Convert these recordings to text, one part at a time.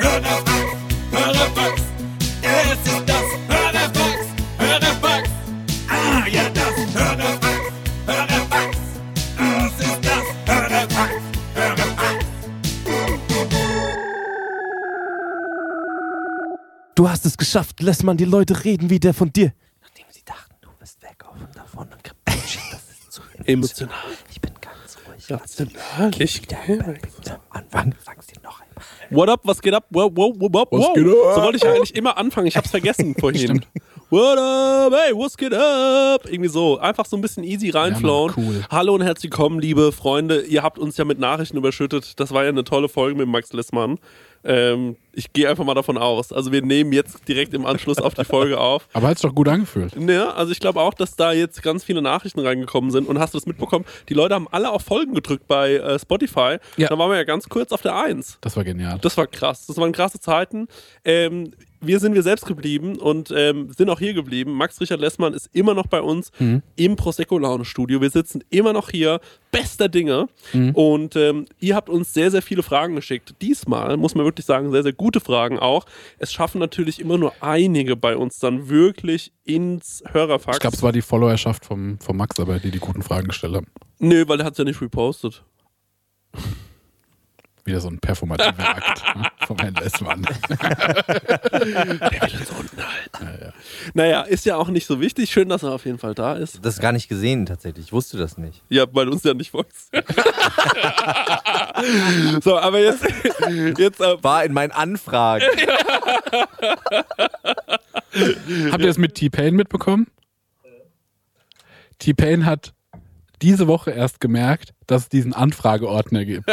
Hörnerfax, Hörnerfax, es ist das Hörnerfax, Hörnerfax. Ah, ja, das Hörnerfax, Hörnerfax, es ist das Hörnerfax, Hörnerfax. Du hast es geschafft. Lass mal die Leute reden wie der von dir. Nachdem sie dachten, du bist weg, auf und davon und Kaputschi, das ist zu emotional. Ich bin ganz ruhig. Rational, ich Am Anfang sagst du noch einmal. What up, was geht ab? Wow, wow, wow, wow. Was geht ab? So wollte ich ja eigentlich immer anfangen. Ich hab's vergessen vorhin. What up, hey, was geht ab? Irgendwie so. Einfach so ein bisschen easy reinflowen. Mann, cool. Hallo und herzlich willkommen, liebe Freunde. Ihr habt uns ja mit Nachrichten überschüttet. Das war ja eine tolle Folge mit Max Lissmann. Ähm, ich gehe einfach mal davon aus. Also wir nehmen jetzt direkt im Anschluss auf die Folge auf. Aber hat's doch gut angefühlt. Ja, also ich glaube auch, dass da jetzt ganz viele Nachrichten reingekommen sind. Und hast du das mitbekommen? Die Leute haben alle auf Folgen gedrückt bei äh, Spotify. Ja. Da waren wir ja ganz kurz auf der Eins. Das war genial. Das war krass. Das waren krasse Zeiten. Ähm, wir sind wir selbst geblieben und ähm, sind auch hier geblieben. Max Richard Lessmann ist immer noch bei uns im Prosecco Laune Studio. Wir sitzen immer noch hier, bester Dinge. Und ähm, ihr habt uns sehr, sehr viele Fragen geschickt. Diesmal muss man wirklich sagen, sehr, sehr gute Fragen auch. Es schaffen natürlich immer nur einige bei uns dann wirklich ins Hörerfax. ich glaube, es war die Followerschaft vom, vom Max, aber die die guten Fragen gestellt haben. Nö, weil er hat es ja nicht repostet. Wieder so ein performativer Akt ne? vom Herrn Lessmann. Naja, ist ja auch nicht so wichtig. Schön, dass er auf jeden Fall da ist. Das gar nicht gesehen tatsächlich. Ich wusste das nicht. Ja, weil du uns ja nicht wolltest. so, aber jetzt, jetzt äh, War in meinen Anfragen. Habt ihr das mit T-Pain mitbekommen? T-Pain hat diese Woche erst gemerkt, dass es diesen Anfrageordner gibt.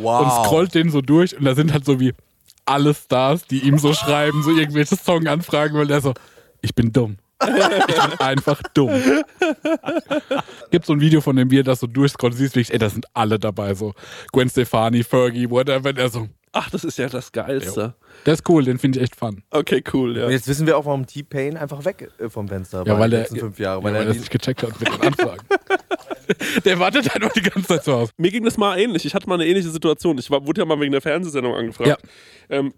Wow. Und scrollt den so durch und da sind halt so wie alle Stars, die ihm so schreiben, so irgendwelche Songanfragen und er so, ich bin dumm. Ich bin einfach dumm. Gibt so ein Video von dem, wie er das so durchscrollt, siehst wirklich, ey, da sind alle dabei, so Gwen Stefani, Fergie, whatever, und er so, ach, das ist ja das Geilste. der ist cool, den finde ich echt fun. Okay, cool, ja. Jetzt wissen wir auch, warum T-Pain einfach weg äh, vom Fenster Ja, war weil die er, letzten fünf Jahre. ja, Weil weil er er das nicht gecheckt hat mit den Anfragen. der wartet halt noch die ganze Zeit zu Hause. Mir ging das mal ähnlich. Ich hatte mal eine ähnliche Situation. Ich war, wurde ja mal wegen der Fernsehsendung angefragt. Ja. Ähm,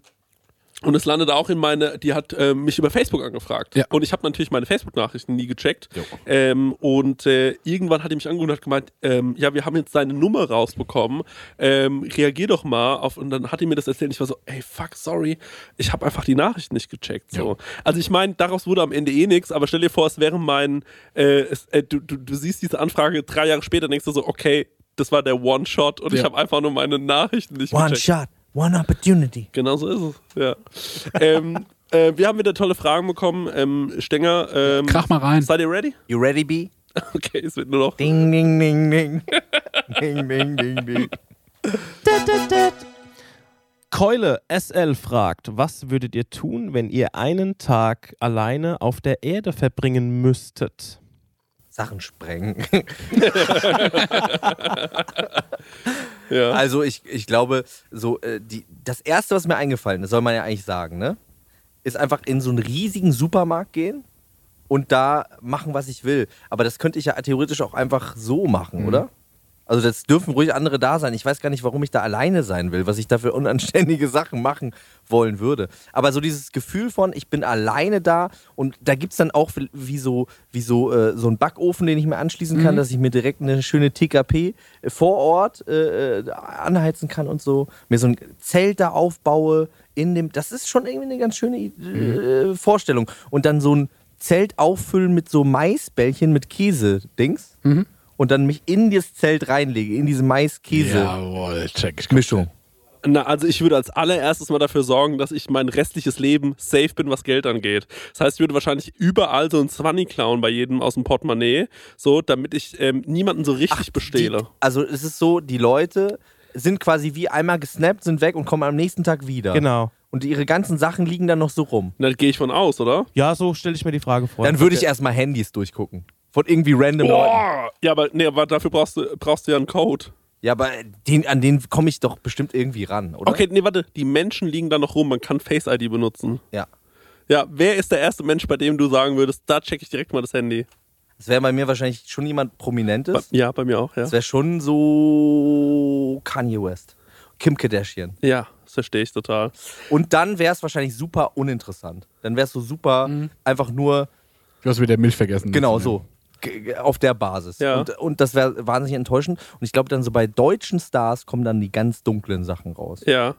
und es landet auch in meine, die hat äh, mich über Facebook angefragt. Ja. Und ich habe natürlich meine Facebook-Nachrichten nie gecheckt. Ähm, und äh, irgendwann hat die mich angerufen und hat gemeint, ähm, ja, wir haben jetzt deine Nummer rausbekommen, ähm, reagier doch mal auf. Und dann hat die mir das erzählt. Ich war so, ey, fuck, sorry, ich habe einfach die Nachricht nicht gecheckt. So. Also ich meine, daraus wurde am Ende eh nichts, aber stell dir vor, es wäre mein, äh, es, äh, du, du, du siehst diese Anfrage drei Jahre später, denkst du so, okay, das war der One-Shot und Ja. ich habe einfach nur meine Nachrichten nicht One gecheckt. shot, one opportunity. Genau so ist es, ja. ähm, äh, wir haben wieder tolle Fragen bekommen. Ähm, Stenger, ähm, Krach mal rein. seid ihr ready? You ready, B? Okay, es wird nur noch. Ding, ding, ding, ding. ding, ding, ding, ding. Keule SL fragt, was würdet ihr tun, wenn ihr einen Tag alleine auf der Erde verbringen müsstet? Sachen sprengen. Ja. Also ich, ich glaube, so äh, die, das Erste, was mir eingefallen ist, soll man ja eigentlich sagen, ne? Ist einfach in so einen riesigen Supermarkt gehen und da machen, was ich will. Aber das könnte ich ja theoretisch auch einfach so machen, oder? Also das dürfen ruhig andere da sein. Ich weiß gar nicht, warum ich da alleine sein will, was ich da für unanständige Sachen machen wollen würde. Aber so dieses Gefühl von, ich bin alleine da und da gibt es dann auch wie so, wie so, äh, so einen Backofen, den ich mir anschließen kann, dass ich mir direkt eine schöne TKP vor Ort äh, äh, anheizen kann und so. Mir so ein Zelt da aufbaue in dem, das ist schon irgendwie eine ganz schöne äh, Vorstellung. Und dann so ein Zelt auffüllen mit so Maisbällchen mit Käse-Dings und dann mich in das Zelt reinlege, in diese Mais-Käse-Mischung. Jawohl, check. Ich Na, also ich würde als allererstes mal dafür sorgen, dass ich mein restliches Leben safe bin, was Geld angeht. Das heißt, ich würde wahrscheinlich überall so ein 20 klauen bei jedem aus dem Portemonnaie, so, damit ich ähm, niemanden so richtig bestehle. Die, also es ist so, die Leute sind quasi wie einmal gesnappt, sind weg und kommen am nächsten Tag wieder. Genau. Und ihre ganzen Sachen liegen dann noch so rum. Na, gehe ich von aus, oder? Ja, so stelle ich mir die Frage vor. Dann würde ich erstmal Handys durchgucken. Von irgendwie random Leuten. Ja, aber nee, aber dafür brauchst du, brauchst du ja einen Code. Ja, aber den, an den komme ich doch bestimmt irgendwie ran, oder? Okay, nee, warte, die Menschen liegen da noch rum, man kann Face ID benutzen. Ja. Ja, wer ist der erste Mensch, bei dem du sagen würdest, da checke ich direkt mal das Handy? Das wäre bei mir wahrscheinlich schon jemand Prominentes. Bei, ja, bei mir auch, ja. Das wäre schon so Kanye West. Kim Kardashian. Ja, das verstehe ich total. Und dann wäre es wahrscheinlich super uninteressant. Dann wäre es so super Mhm. einfach nur Du hast mit der Milch vergessen. Genau Ja. so. G- g- Auf der Basis. Ja. Und, und das wäre wahnsinnig enttäuschend. Und ich glaube, dann so bei deutschen Stars kommen dann die ganz dunklen Sachen raus. Ja.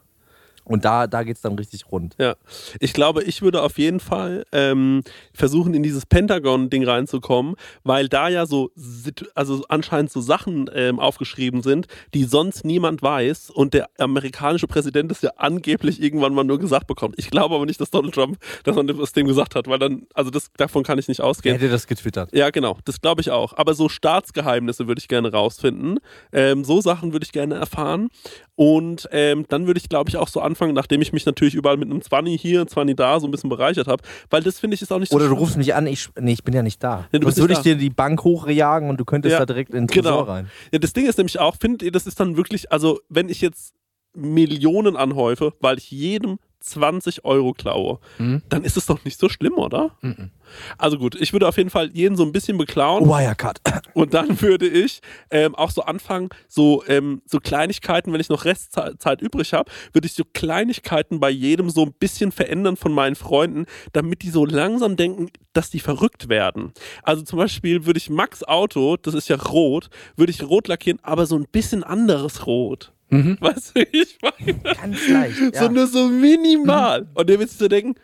Und da, da geht es dann richtig rund. Ja, ich glaube, ich würde auf jeden Fall ähm, versuchen, in dieses Pentagon-Ding reinzukommen, weil da ja so, situ- also anscheinend so Sachen ähm, aufgeschrieben sind, die sonst niemand weiß und der amerikanische Präsident es ja angeblich irgendwann mal nur gesagt bekommt. Ich glaube aber nicht, dass Donald Trump dass man das dem gesagt hat, weil dann, also das, davon kann ich nicht Wer ausgehen. hätte das getwittert? Ja, genau, das glaube ich auch. Aber so Staatsgeheimnisse würde ich gerne rausfinden. Ähm, so Sachen würde ich gerne erfahren. Und ähm, dann würde ich, glaube ich, auch so anfangen, nachdem ich mich natürlich überall mit einem 20 hier, 20 da so ein bisschen bereichert habe. Weil das finde ich ist auch nicht so Oder du schlimm. rufst mich an, ich, nee, ich bin ja nicht da. Nee, du bist Sonst würde ich nicht da. dir die Bank hochjagen und du könntest Ja. Genau. da direkt in den Tresor rein. Ja, das Ding ist nämlich auch, findet ihr, das ist dann wirklich, also wenn ich jetzt Millionen anhäufe, weil ich jedem 20 Euro klaue, Mhm. dann ist es doch nicht so schlimm, oder? Also gut, ich würde auf jeden Fall jeden so ein bisschen beklauen. Wirecard. Und dann würde ich ähm, auch so anfangen, so, ähm, so Kleinigkeiten, wenn ich noch Restzeit übrig habe, würde ich so Kleinigkeiten bei jedem so ein bisschen verändern von meinen Freunden, damit die so langsam denken, dass die verrückt werden. Also zum Beispiel würde ich Max Auto, das ist ja rot, würde ich rot lackieren, aber so ein bisschen anderes Rot. Weißt du, ich meine, Ganz leicht. Ja. so nur so minimal. Und der wird sich so denken,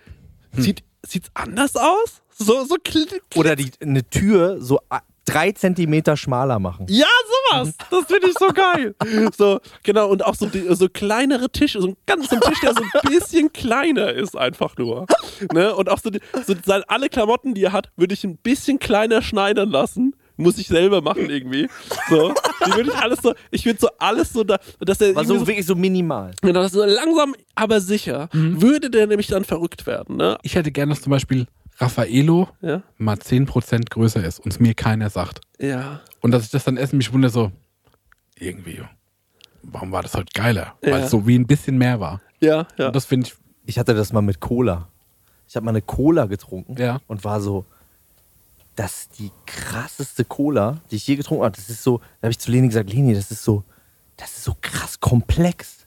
sieht, sieht's anders aus? So, so kle- Oder die, eine Tür so a- drei Zentimeter schmaler machen. Ja, sowas. Das finde ich so geil. So, genau, und auch so, die- so kleinere Tische, so ein ganzer Tisch, der so ein bisschen kleiner ist, einfach nur. Ne? Und auch so, die- so seine, alle Klamotten, die er hat, würde ich ein bisschen kleiner schneidern lassen. Muss ich selber machen irgendwie. So, die würde ich alles so, ich würde so alles so da, dass er Aber irgendwie so Also wirklich so minimal. genau, das so langsam, aber sicher, würde der nämlich dann verrückt werden, ne? Ich hätte gerne, dass zum Beispiel Raffaello Ja. mal 10% größer ist und es mir keiner sagt. Ja. Und dass ich das dann essen mich wundere, so, irgendwie, warum war das heute geiler? Ja. Weil es so wie ein bisschen mehr war. Ja, ja. Und das finde ich, Ich hatte das mal mit Cola. Ich habe mal eine Cola getrunken Ja. und war so, das ist die krasseste Cola, die ich je getrunken habe. Das ist so, da habe ich zu Leni gesagt, Leni, das ist so, das ist so krass komplex.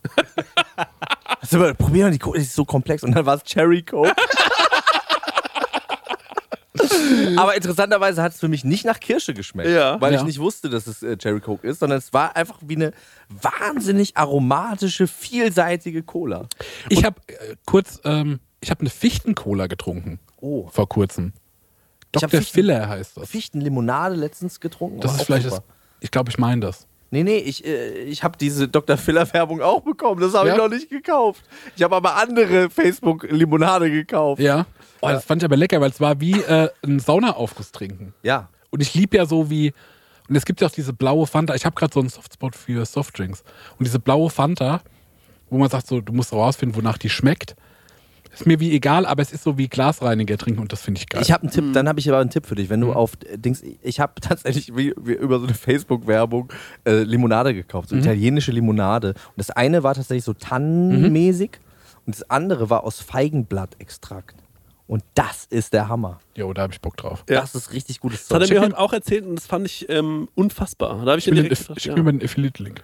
also, aber probier mal die Cola, das ist so komplex. Und dann war es Cherry Coke. aber interessanterweise hat es für mich nicht nach Kirsche geschmeckt, Ja. weil ich Ja. nicht wusste, dass es äh, Cherry Coke ist, sondern es war einfach wie eine wahnsinnig aromatische, vielseitige Cola. ich habe äh, kurz, ähm, ich habe eine Fichtencola getrunken. Oh. Vor kurzem. Ich hab Dr. Fichten- Filler heißt das. Fichtenlimonade letztens getrunken. Das war ist auch vielleicht super. das, ich glaube, ich meine das. Nee, nee, ich, äh, ich habe diese Dr. Filler-Werbung auch bekommen. Das habe Ja? ich noch nicht gekauft. Ich habe aber andere Facebook-Limonade gekauft. Ja. Oh, das fand ich aber lecker, weil es war wie äh, ein Saunaaufguss trinken. Ja. Und ich liebe ja so wie. Und es gibt ja auch diese blaue Fanta. Ich habe gerade so einen Softspot für Softdrinks. Und diese blaue Fanta, wo man sagt, so, du musst rausfinden, wonach die schmeckt. Ist mir wie egal, aber es ist so wie Glasreiniger trinken und das finde ich geil. Ich habe einen Mhm. Tipp, dann habe ich aber einen Tipp für dich. Wenn Mhm. du auf äh, Dings, ich habe tatsächlich wie, wie über so eine Facebook-Werbung äh, Limonade gekauft, Mhm. so italienische Limonade. Und das eine war tatsächlich so tannenmäßig Mhm. und das andere war aus Feigenblattextrakt. Und das ist der Hammer. jo, da habe ich Bock drauf. Ja. Das ist richtig Das gutes Zeug. hat er mir Schick heute auch erzählt und das fand ich ähm, unfassbar. Da habe ich Ich ihn will den, direkt Aff- gefragt, schick ja. mir mal einen Affiliate-Link.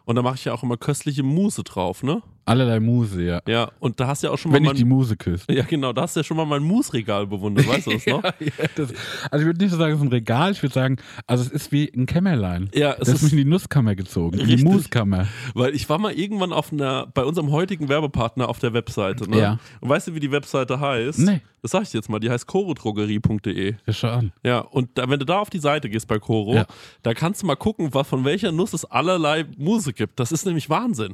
Und da mache ich ja auch immer köstliche Mousse drauf, ne? Allerlei Muse, ja. Ja, und da hast du ja auch schon Wenn mal. ich die Mein, Muse küsse. ja, genau, da hast du ja schon mal mein Mousse-Regal bewundert, weißt du das noch? Das, also ich würde nicht so sagen, es ist ein Regal, ich würde sagen, also es ist wie ein Kämmerlein. Ja, es es ist ist- mich in die Nusskammer gezogen, in die Richtig. Muskammer. Weil ich war mal irgendwann auf einer, bei unserem heutigen Werbepartner auf der Webseite, ne? Ja. Und weißt du, wie die Webseite heißt? Nee. Das sag ich dir jetzt mal, die heißt chorodrogerie.de. Ja, schau an. Ja, und da, wenn du da auf die Seite gehst bei Koro, Ja. da kannst du mal gucken, was, von welcher Nuss es allerlei Musik gibt. Das ist nämlich Wahnsinn.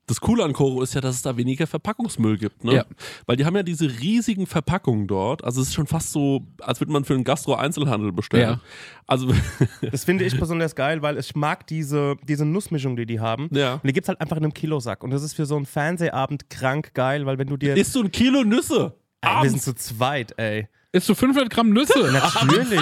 Das Coole an Koro ist ja, dass es da weniger Verpackungsmüll gibt, ne? Ja. Weil die haben ja diese riesigen Verpackungen dort. Also es ist schon fast so, als würde man für einen Gastro-Einzelhandel bestellen. Ja. Also Das finde ich besonders geil, weil ich mag diese, diese Nussmischung, die die haben. Ja. Und die gibt es halt einfach in einem Kilosack. Und das ist für so einen Fernsehabend krank geil, weil wenn du dir... isst du ein Kilo Nüsse. Ey, wir sind zu zweit, ey. Isst du 500 Gramm Nüsse? Natürlich.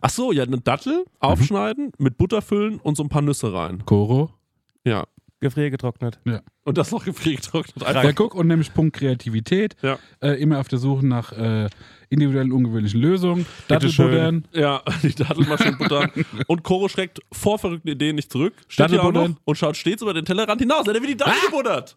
Ach so, ja, eine Mhm. Dattel aufschneiden, mit Butter füllen und so ein paar Nüsse rein. Koro. Ja. Gefriergetrocknet. Und das noch gefriergetrocknet. Einfach. Ah, Ja, guck, und nämlich Punkt Kreativität. Ja. Äh, immer auf der Suche nach äh, individuellen, ungewöhnlichen Lösungen. Dattelbuddern. Ja, die Dattel mal schön buttern. Und Koro schreckt vor verrückten Ideen nicht zurück. Steht hier auch noch Dattelbuddern. Ah! und schaut stets über den Tellerrand hinaus. Er wird die Dattel gebuddert.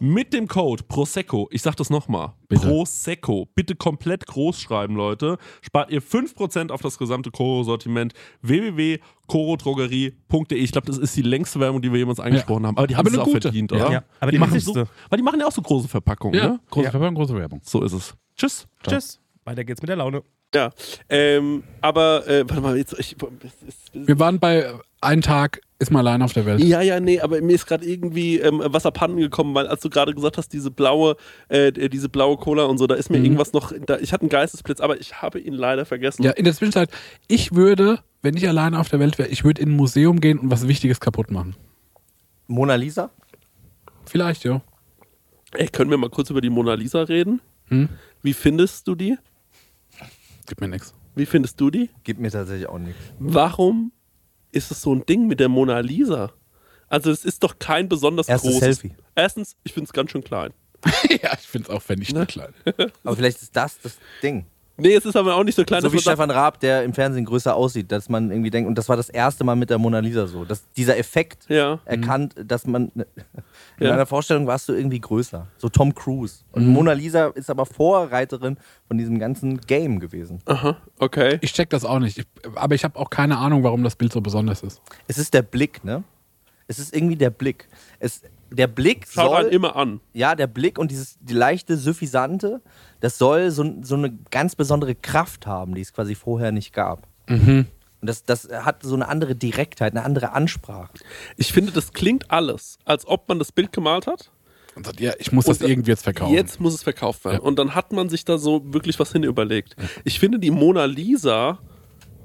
mit dem Code Prosecco, ich sag das nochmal, Bitte. Prosecco, bitte komplett groß schreiben, Leute, spart ihr 5% auf das gesamte Koro-Sortiment www.korodrogerie.de. Ich glaube, das ist die längste Werbung, die wir jemals angesprochen haben. Aber die haben Aber es eine auch gute. verdient, Ja. oder? Ja, aber die machen so, wichtigste. Weil die machen ja auch so große Verpackungen, ne? Große Verpackung, große Werbung. So ist es. Tschüss. Tschüss. Weiter geht's mit der Laune. Ja, ähm, aber äh, warte mal, jetzt, ich, Wir waren bei äh, einem Tag, ist mal allein auf der Welt. ja, ja, nee, aber mir ist gerade irgendwie ähm, Wasserpannen gekommen, weil als du gerade gesagt hast, diese blaue, äh, diese blaue Cola und so, da ist Mhm. mir irgendwas noch, da, ich hatte einen Geistesblitz, aber ich habe ihn leider vergessen. Ja, in der Zwischenzeit, ich würde, wenn ich alleine auf der Welt wäre, ich würde in ein Museum gehen und was Wichtiges kaputt machen. Mona Lisa? Vielleicht, ja. Ey, können wir mal kurz über die Mona Lisa reden? Hm? Wie findest du die? Gibt mir nichts. Wie findest du die? Gibt mir tatsächlich auch nichts. Warum ist es so ein Ding mit der Mona Lisa? Also es ist doch kein besonders Erstes großes. Selfie. Erstens, ich finde es ganz schön klein. ja, ich finde es auch, wenn ich ne? klein. Aber vielleicht ist das das Ding. Nee, es ist aber auch nicht so klein. so dass wie man sagt, Stefan Raab, der im Fernsehen größer aussieht, dass man irgendwie denkt, und das war das erste Mal mit der Mona Lisa so, dass dieser Effekt Ja. Mhm. erkannt, dass man in Ja. Mhm. einer Vorstellung warst du irgendwie größer, so Tom Cruise. Und Mona Lisa ist aber Vorreiterin von diesem ganzen Game gewesen. Aha, okay. Ich check das auch nicht, ich, aber ich habe auch keine Ahnung, warum das Bild so besonders ist. Es ist der Blick, ne? Es ist irgendwie der Blick. Es, der Blick Schaut soll einen immer an. ja, der Blick und dieses, die leichte Suffisante, das soll so, so eine ganz besondere Kraft haben, die es quasi vorher nicht gab. Und das, das hat so eine andere Direktheit, eine andere Ansprache. Ich finde, das klingt alles, als ob man das Bild gemalt hat. Und sagt, ja, ich muss das Und irgendwie jetzt verkaufen. Jetzt muss es verkauft werden. Ja. Und dann hat man sich da so wirklich was hin überlegt. Ich finde, die Mona Lisa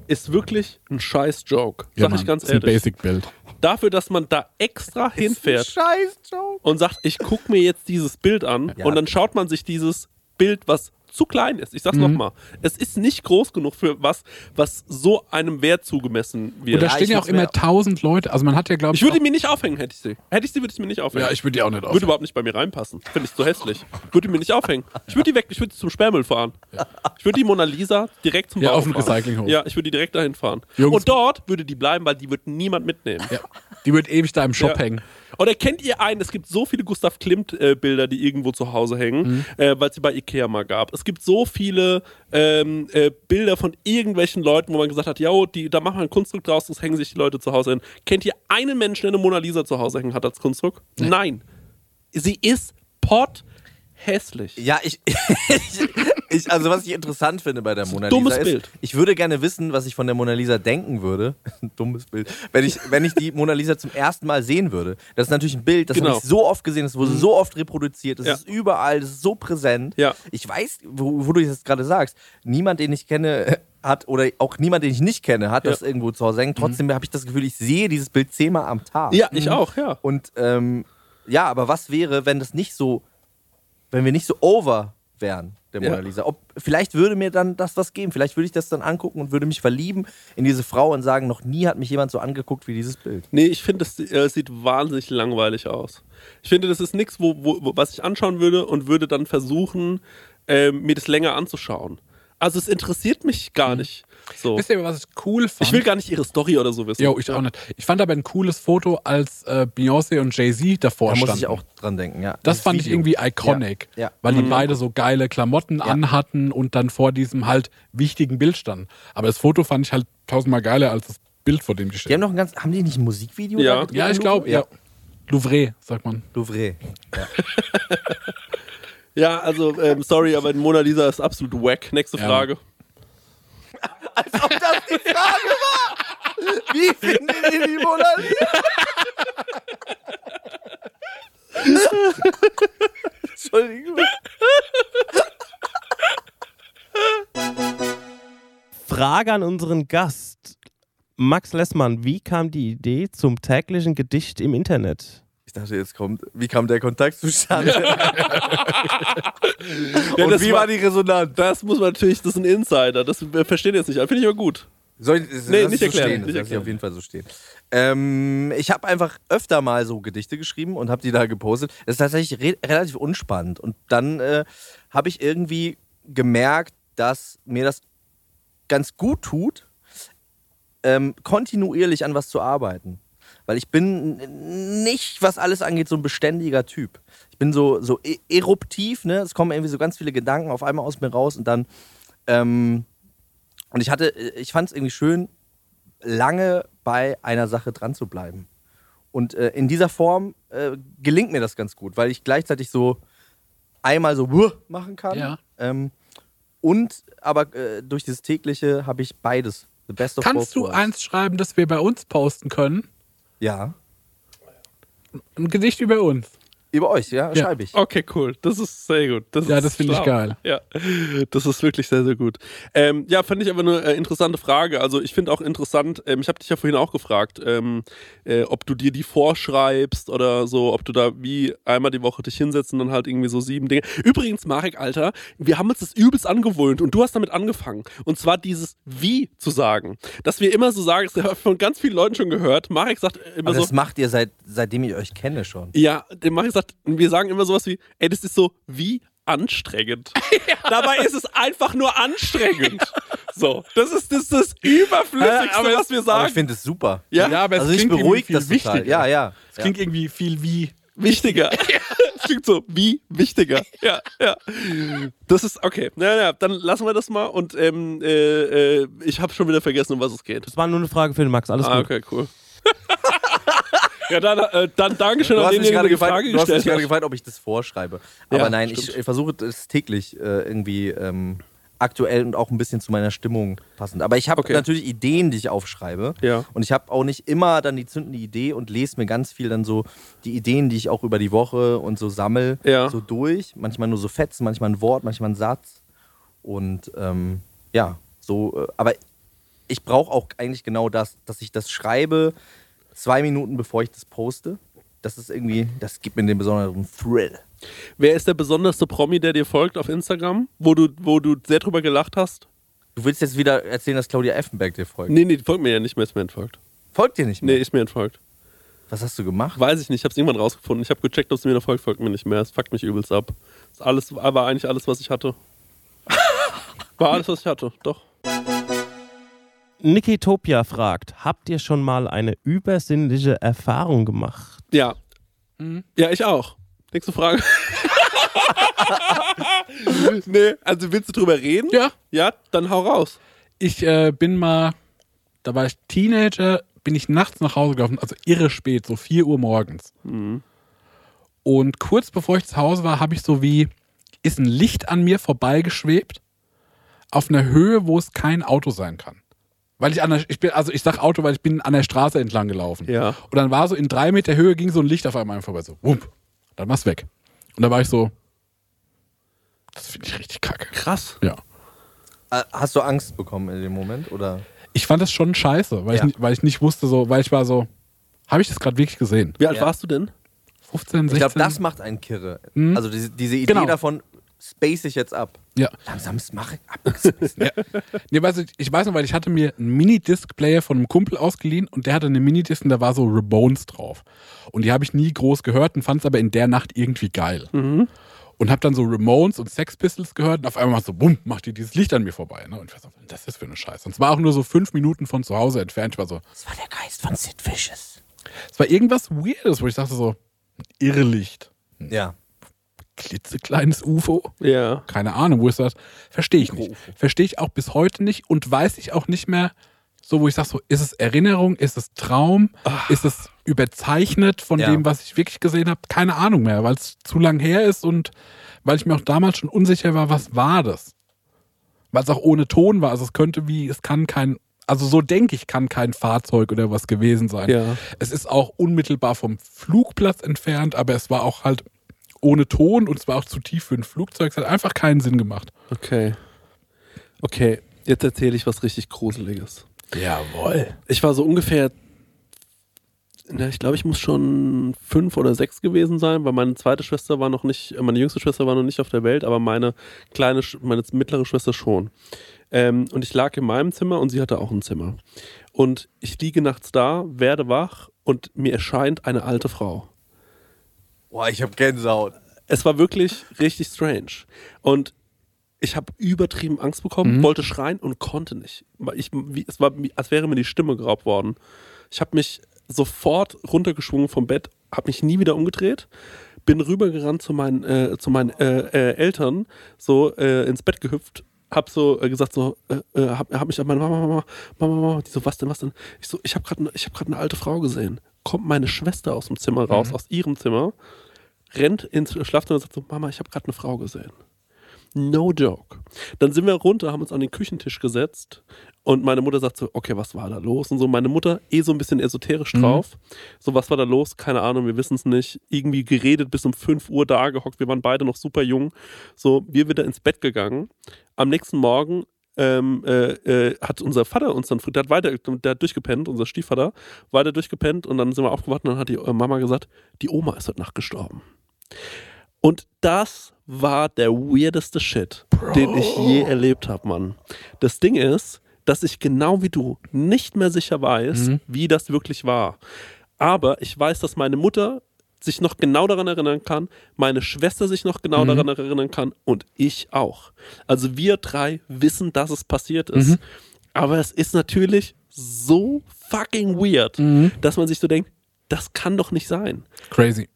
ist wirklich ein scheiß Joke. Sag ja, ich Mann, ganz ist ein ehrlich. Basic-Bild. Dafür, dass man da extra hinfährt Scheiß Joke. und sagt, ich gucke mir jetzt dieses Bild an Ja. und dann schaut man sich dieses Bild, was zu klein ist. Ich sag's Mhm. nochmal. Es ist nicht groß genug für was, was so einem Wert zugemessen Und wird. da Ja, stehen ich ja auch muss immer mehr- tausend Leute, also man hat ja, glaube Ich würde die mir nicht aufhängen, hätte ich sie. Hätte ich sie, würde ich sie mir nicht aufhängen. Ja, ich würde die auch nicht Würde aufhängen. überhaupt nicht bei mir reinpassen. Finde ich zu hässlich. Würde mir nicht aufhängen. Ich würde die weg, ich würde die zum Sperrmüll fahren. Ich würde die Mona Lisa direkt zum Ja, Bauhof auf den fahren. Recyclinghof. Ja, ich würde die direkt dahin fahren. Jungs. Und dort würde die bleiben, weil die wird niemand mitnehmen. ja, die wird ewig da im Ja. Shop hängen. Oder kennt ihr einen, es gibt so viele Gustav Klimt-Bilder, die irgendwo zu Hause hängen, Mhm. äh, weil es sie bei Ikea mal gab. Es gibt so viele ähm, äh, Bilder von irgendwelchen Leuten, wo man gesagt hat, yo, die, da machen wir einen Kunstdruck draus, das hängen sich die Leute zu Hause hin. Kennt ihr einen Menschen, der eine Mona Lisa zu Hause hängen hat als Kunstdruck? Nein. Sie ist pot hässlich. Ja, ich, ich, ich, also was ich interessant finde bei der Mona Lisa dummes ist, Bild. ich würde gerne wissen, was ich von der Mona Lisa denken würde. Ein dummes Bild. Wenn ich, wenn ich die Mona Lisa zum ersten Mal sehen würde. Das ist natürlich ein Bild, das Genau. habe ich so oft gesehen, das wurde so oft reproduziert, das Ja. ist überall, das ist so präsent. Ja. Ich weiß, wo, wo du das gerade sagst, niemand, den ich kenne, äh, hat oder auch niemand, den ich nicht kenne, hat Ja. Mhm. das irgendwo zu Hause hängen. Trotzdem habe ich das Gefühl, ich sehe dieses Bild zehnmal am Tag. Ja, ich auch, ja. Mhm. Und ähm, ja, aber was wäre, wenn das nicht so, wenn wir nicht so over wären, der Ja. Mona Lisa? Ob, vielleicht würde mir dann das was geben. Vielleicht würde ich das dann angucken und würde mich verlieben in diese Frau und sagen, noch nie hat mich jemand so angeguckt wie dieses Bild. Nee, ich finde, das äh, sieht wahnsinnig langweilig aus. Ich finde, das ist nichts, wo, wo, wo, was ich anschauen würde und würde dann versuchen, ähm, mir das länger anzuschauen. Also es interessiert mich gar Mhm. nicht. So. Wisst ihr, was ich cool fand? Ich will gar nicht ihre Story oder so wissen. Jo, ich auch nicht. Ich fand aber ein cooles Foto, als äh, Beyoncé und Jay-Z davor Da muss standen. ich auch dran denken, ja. Das Dieses fand ich Video. irgendwie iconic, Ja, Mhm. ja. weil die beide so geile Klamotten anhatten und dann vor diesem halt wichtigen Bild standen. Aber das Foto fand ich halt tausendmal geiler als das Bild, vor dem die Die haben stehen. noch ein ganz, haben die nicht ein Musikvideo? Ja. da gedreht? Ja, ich glaube, ja. Ja. Louvre, sagt man. Louvre. Ja, also ähm, sorry, aber Mona Lisa ist absolut wack. Nächste Ja. Frage. Ob das die Frage war? Wie finden die die Mona Lisa? Entschuldigung. Frage an unseren Gast. Max Lessmann, wie kam die Idee zum täglichen Gedicht im Internet? Ich dachte, jetzt kommt, wie kam der Kontakt zustande? Ja, das war- die Resonanz? Das muss man natürlich, das ist ein Insider. Das äh, verstehen jetzt nicht. alle. Finde ich aber gut. Soll ich, das, Nee, lass nicht es erklären, So stehen, nicht das lass ich erklären. auf jeden Fall so stehen. Ähm, ich habe einfach öfter mal so Gedichte geschrieben und habe die da gepostet. Das ist tatsächlich re relativ unspannend. Und dann äh, habe ich irgendwie gemerkt, dass mir das ganz gut tut, ähm, kontinuierlich an was zu arbeiten. Weil ich bin n- nicht, was alles angeht, so ein beständiger Typ. Ich bin so, so e eruptiv, ne? Es kommen irgendwie so ganz viele Gedanken auf einmal aus mir raus und dann. Ähm, und ich hatte, ich fand es irgendwie schön, lange bei einer Sache dran zu bleiben. Und äh, in dieser Form äh, gelingt mir das ganz gut, weil ich gleichzeitig so einmal so "Wuh" machen kann. Ja. Ähm, und aber äh, durch dieses tägliche habe ich beides. The best of both Kannst du worlds. eins schreiben, das wir bei uns posten können? Ja. Ein Gedicht über uns. Über euch, ja, Ja. schreibe ich. Okay, cool. Das ist sehr gut. Das Ja, ist das finde ich schlau. geil. Ja, das ist wirklich sehr, sehr gut. Ähm, ja, fand ich aber eine äh, interessante Frage. Also ich finde auch interessant, ähm, ich habe dich ja vorhin auch gefragt, ähm, äh, ob du dir die vorschreibst oder so, ob du da wie einmal die Woche dich hinsetzt und dann halt irgendwie so sieben Dinge. Übrigens, Marek, Alter, wir haben uns das übelst angewöhnt und du hast damit angefangen. Und zwar dieses Wie zu sagen. Dass wir immer so sagen, das habe ich von ganz vielen Leuten schon gehört. Marek sagt immer Aber also so, das macht ihr seit, seitdem ich euch kenne schon. ja, der Mario sagt, wir sagen immer sowas wie, ey, das ist so wie anstrengend. Dabei ist es einfach nur anstrengend. So, das ist das, ist das Überflüssigste, Aber es- was wir Aber ich sagen. finde es super. Ja, aber also ich irgendwie beruhigt viel das total. wichtiger. Ja, ja. Es ja. klingt irgendwie viel wie. wichtiger. Das Klingt so wie wichtiger. Ja, ja. Das ist okay. Na, na, dann lassen wir das mal und ähm, äh, äh, ich habe schon wieder vergessen, um was es geht. Das war nur eine Frage für den Max, alles Ah, gut. okay, cool. ja, dann, äh, dann Dankeschön Du an hast, den, mich der gerade die gefragt, Frage du hast mich gestellt gerade hat. gefragt, ob ich das vorschreibe. Aber Ja, nein, stimmt. ich, ich versuche es täglich äh, irgendwie ähm, aktuell und auch ein bisschen zu meiner Stimmung passend. Aber ich habe Okay. natürlich Ideen, die ich aufschreibe. Ja. Und ich habe auch nicht immer dann die zündende Idee und lese mir ganz viel dann so die Ideen, die ich auch über die Woche und so sammel, Ja. so durch. Manchmal nur so Fetzen, manchmal ein Wort, manchmal ein Satz. Und ähm, ja, so. Äh, aber ich brauche auch eigentlich genau das, dass ich das schreibe zwei Minuten bevor ich das poste. Das ist irgendwie, das gibt mir den besonderen Thrill. Wer ist der besonderste Promi, der dir folgt auf Instagram, wo du, wo du sehr drüber gelacht hast? Du willst jetzt wieder erzählen, dass Claudia Effenberg dir folgt. Nee, nee, die folgt mir ja nicht mehr, ist mir entfolgt. Folgt dir nicht Nee, mehr? ist mir entfolgt. Was hast du gemacht? Weiß ich nicht, ich hab's irgendwann rausgefunden. Ich habe gecheckt, ob sie mir noch folgt, folgt mir nicht mehr. Es fuckt mich übelst ab. Das alles, war eigentlich alles, was ich hatte. War alles, was ich hatte, doch. Nikitopia fragt, habt ihr schon mal eine übersinnliche Erfahrung gemacht? Ja. Ja, ich auch. Nächste Frage. nee, also willst du drüber reden? Ja. Ja, dann hau raus. Ich äh, bin mal, da war ich Teenager, bin ich nachts nach Hause gelaufen, also irre spät, so 4 Uhr morgens. Und kurz bevor ich zu Hause war, habe ich so wie, ist ein Licht an mir vorbeigeschwebt auf einer Höhe, wo es kein Auto sein kann. Weil ich an der, ich bin, also ich sag Auto, weil ich bin an der Straße entlang gelaufen. Ja. Und dann war so in drei Meter Höhe ging so ein Licht auf einmal an mir vorbei, so wump. Dann war's weg. Und da war ich so, das finde ich richtig kacke. Krass. Ja. Äh, Hast du Angst bekommen in dem Moment? Oder? Ich fand das schon scheiße, weil, Ja. ich, nicht- weil ich nicht wusste, so, weil ich war so, habe ich das gerade wirklich gesehen? Wie alt Ja. warst du denn? 15, 16? Ich glaube, das macht einen Kirre. Also diese, diese Idee Genau. davon, space ich jetzt ab. ja. Langsam mache ich ab. Nee, weißt du, ich weiß noch, weil ich hatte mir einen Minidisc-Player von einem Kumpel ausgeliehen und der hatte eine Minidisc und da war so Ramones drauf. Und die habe ich nie groß gehört und fand es aber in der Nacht irgendwie geil. Mhm. Und habe dann so Ramones und Sex Pistols gehört und auf einmal macht so, bumm, macht die dieses Licht an mir vorbei. Ne? Und ich war so, das ist für eine Scheiße. Und es war auch nur so fünf Minuten von zu Hause entfernt. Ich war so, Das war der Geist von Sid Vicious. es war irgendwas Weirdes, wo ich dachte so, ein Irrlicht, Ja. klitzekleines UFO. Ja. keine Ahnung, wo ist das? Verstehe ich nicht. Verstehe ich auch bis heute nicht und weiß ich auch nicht mehr, so wo ich sage, so, ist es Erinnerung, ist es Traum, ist es überzeichnet von Ja. dem, was ich wirklich gesehen habe? Keine Ahnung mehr, weil es zu lang her ist und weil ich mir auch damals schon unsicher war, was war das? Weil es auch ohne Ton war, also es könnte wie, es kann kein, also so denke ich, kann kein Fahrzeug oder was gewesen sein. Ja. Es ist auch unmittelbar vom Flugplatz entfernt, aber es war auch halt ohne Ton und es war auch zu tief für ein Flugzeug. Es hat einfach keinen Sinn gemacht. Okay. Okay, jetzt erzähle ich was richtig Gruseliges. Jawohl. Ich war so ungefähr, na, ich glaube, ich muss schon fünf oder sechs gewesen sein, weil meine zweite Schwester war noch nicht, meine jüngste Schwester war noch nicht auf der Welt, aber meine kleine, Sch- meine mittlere Schwester schon. Ähm, und ich lag in meinem Zimmer und sie hatte auch ein Zimmer. Und ich liege nachts da, werde wach und mir erscheint eine alte Frau. Boah, ich habe Gänsehaut. Es war wirklich richtig strange. Und ich habe übertrieben Angst bekommen, wollte schreien und konnte nicht. Weil Ich, wie, es war, wie- als wäre mir die Stimme geraubt worden. Ich habe mich sofort runtergeschwungen vom Bett, habe mich nie wieder umgedreht, bin rübergerannt zu meinen, äh, zu meinen äh, äh, Eltern, so äh, ins Bett gehüpft, hab so äh, gesagt so, äh, äh, hab, hab mich an meine Mama, Mama, Mama, Mama, die so, was denn, was denn? Ich so, ich habe gerade ne, ich hab grad eine alte Frau gesehen. Kommt meine Schwester aus dem Zimmer raus, aus ihrem Zimmer, rennt ins Schlafzimmer und sagt so, Mama, ich habe gerade eine Frau gesehen. No joke. Dann sind wir runter, haben uns an den Küchentisch gesetzt und meine Mutter sagt so, okay, was war da los? Und so, meine Mutter eh so ein bisschen esoterisch drauf. So, was war da los? Keine Ahnung, wir wissen es nicht. Irgendwie geredet bis um 5 Uhr da gehockt. Wir waren beide noch super jung. So, wir wieder ins Bett gegangen. Am nächsten Morgen ähm, äh, äh, hat unser Vater uns dann, der hat weiter, der hat durchgepennt, unser Stiefvater, weiter durchgepennt und dann sind wir aufgewacht und dann hat die äh, Mama gesagt, die Oma ist heute Nacht gestorben. Und das war der weirdeste Shit, den ich je erlebt habe, Mann. Das Ding ist, dass ich genau wie du nicht mehr sicher weiß, wie das wirklich war. Aber ich weiß, dass meine Mutter sich noch genau daran erinnern kann, meine Schwester sich noch genau daran erinnern kann und ich auch. Also wir drei wissen, dass es passiert ist. Aber es ist natürlich so fucking weird, dass man sich so denkt, das kann doch nicht sein Crazy.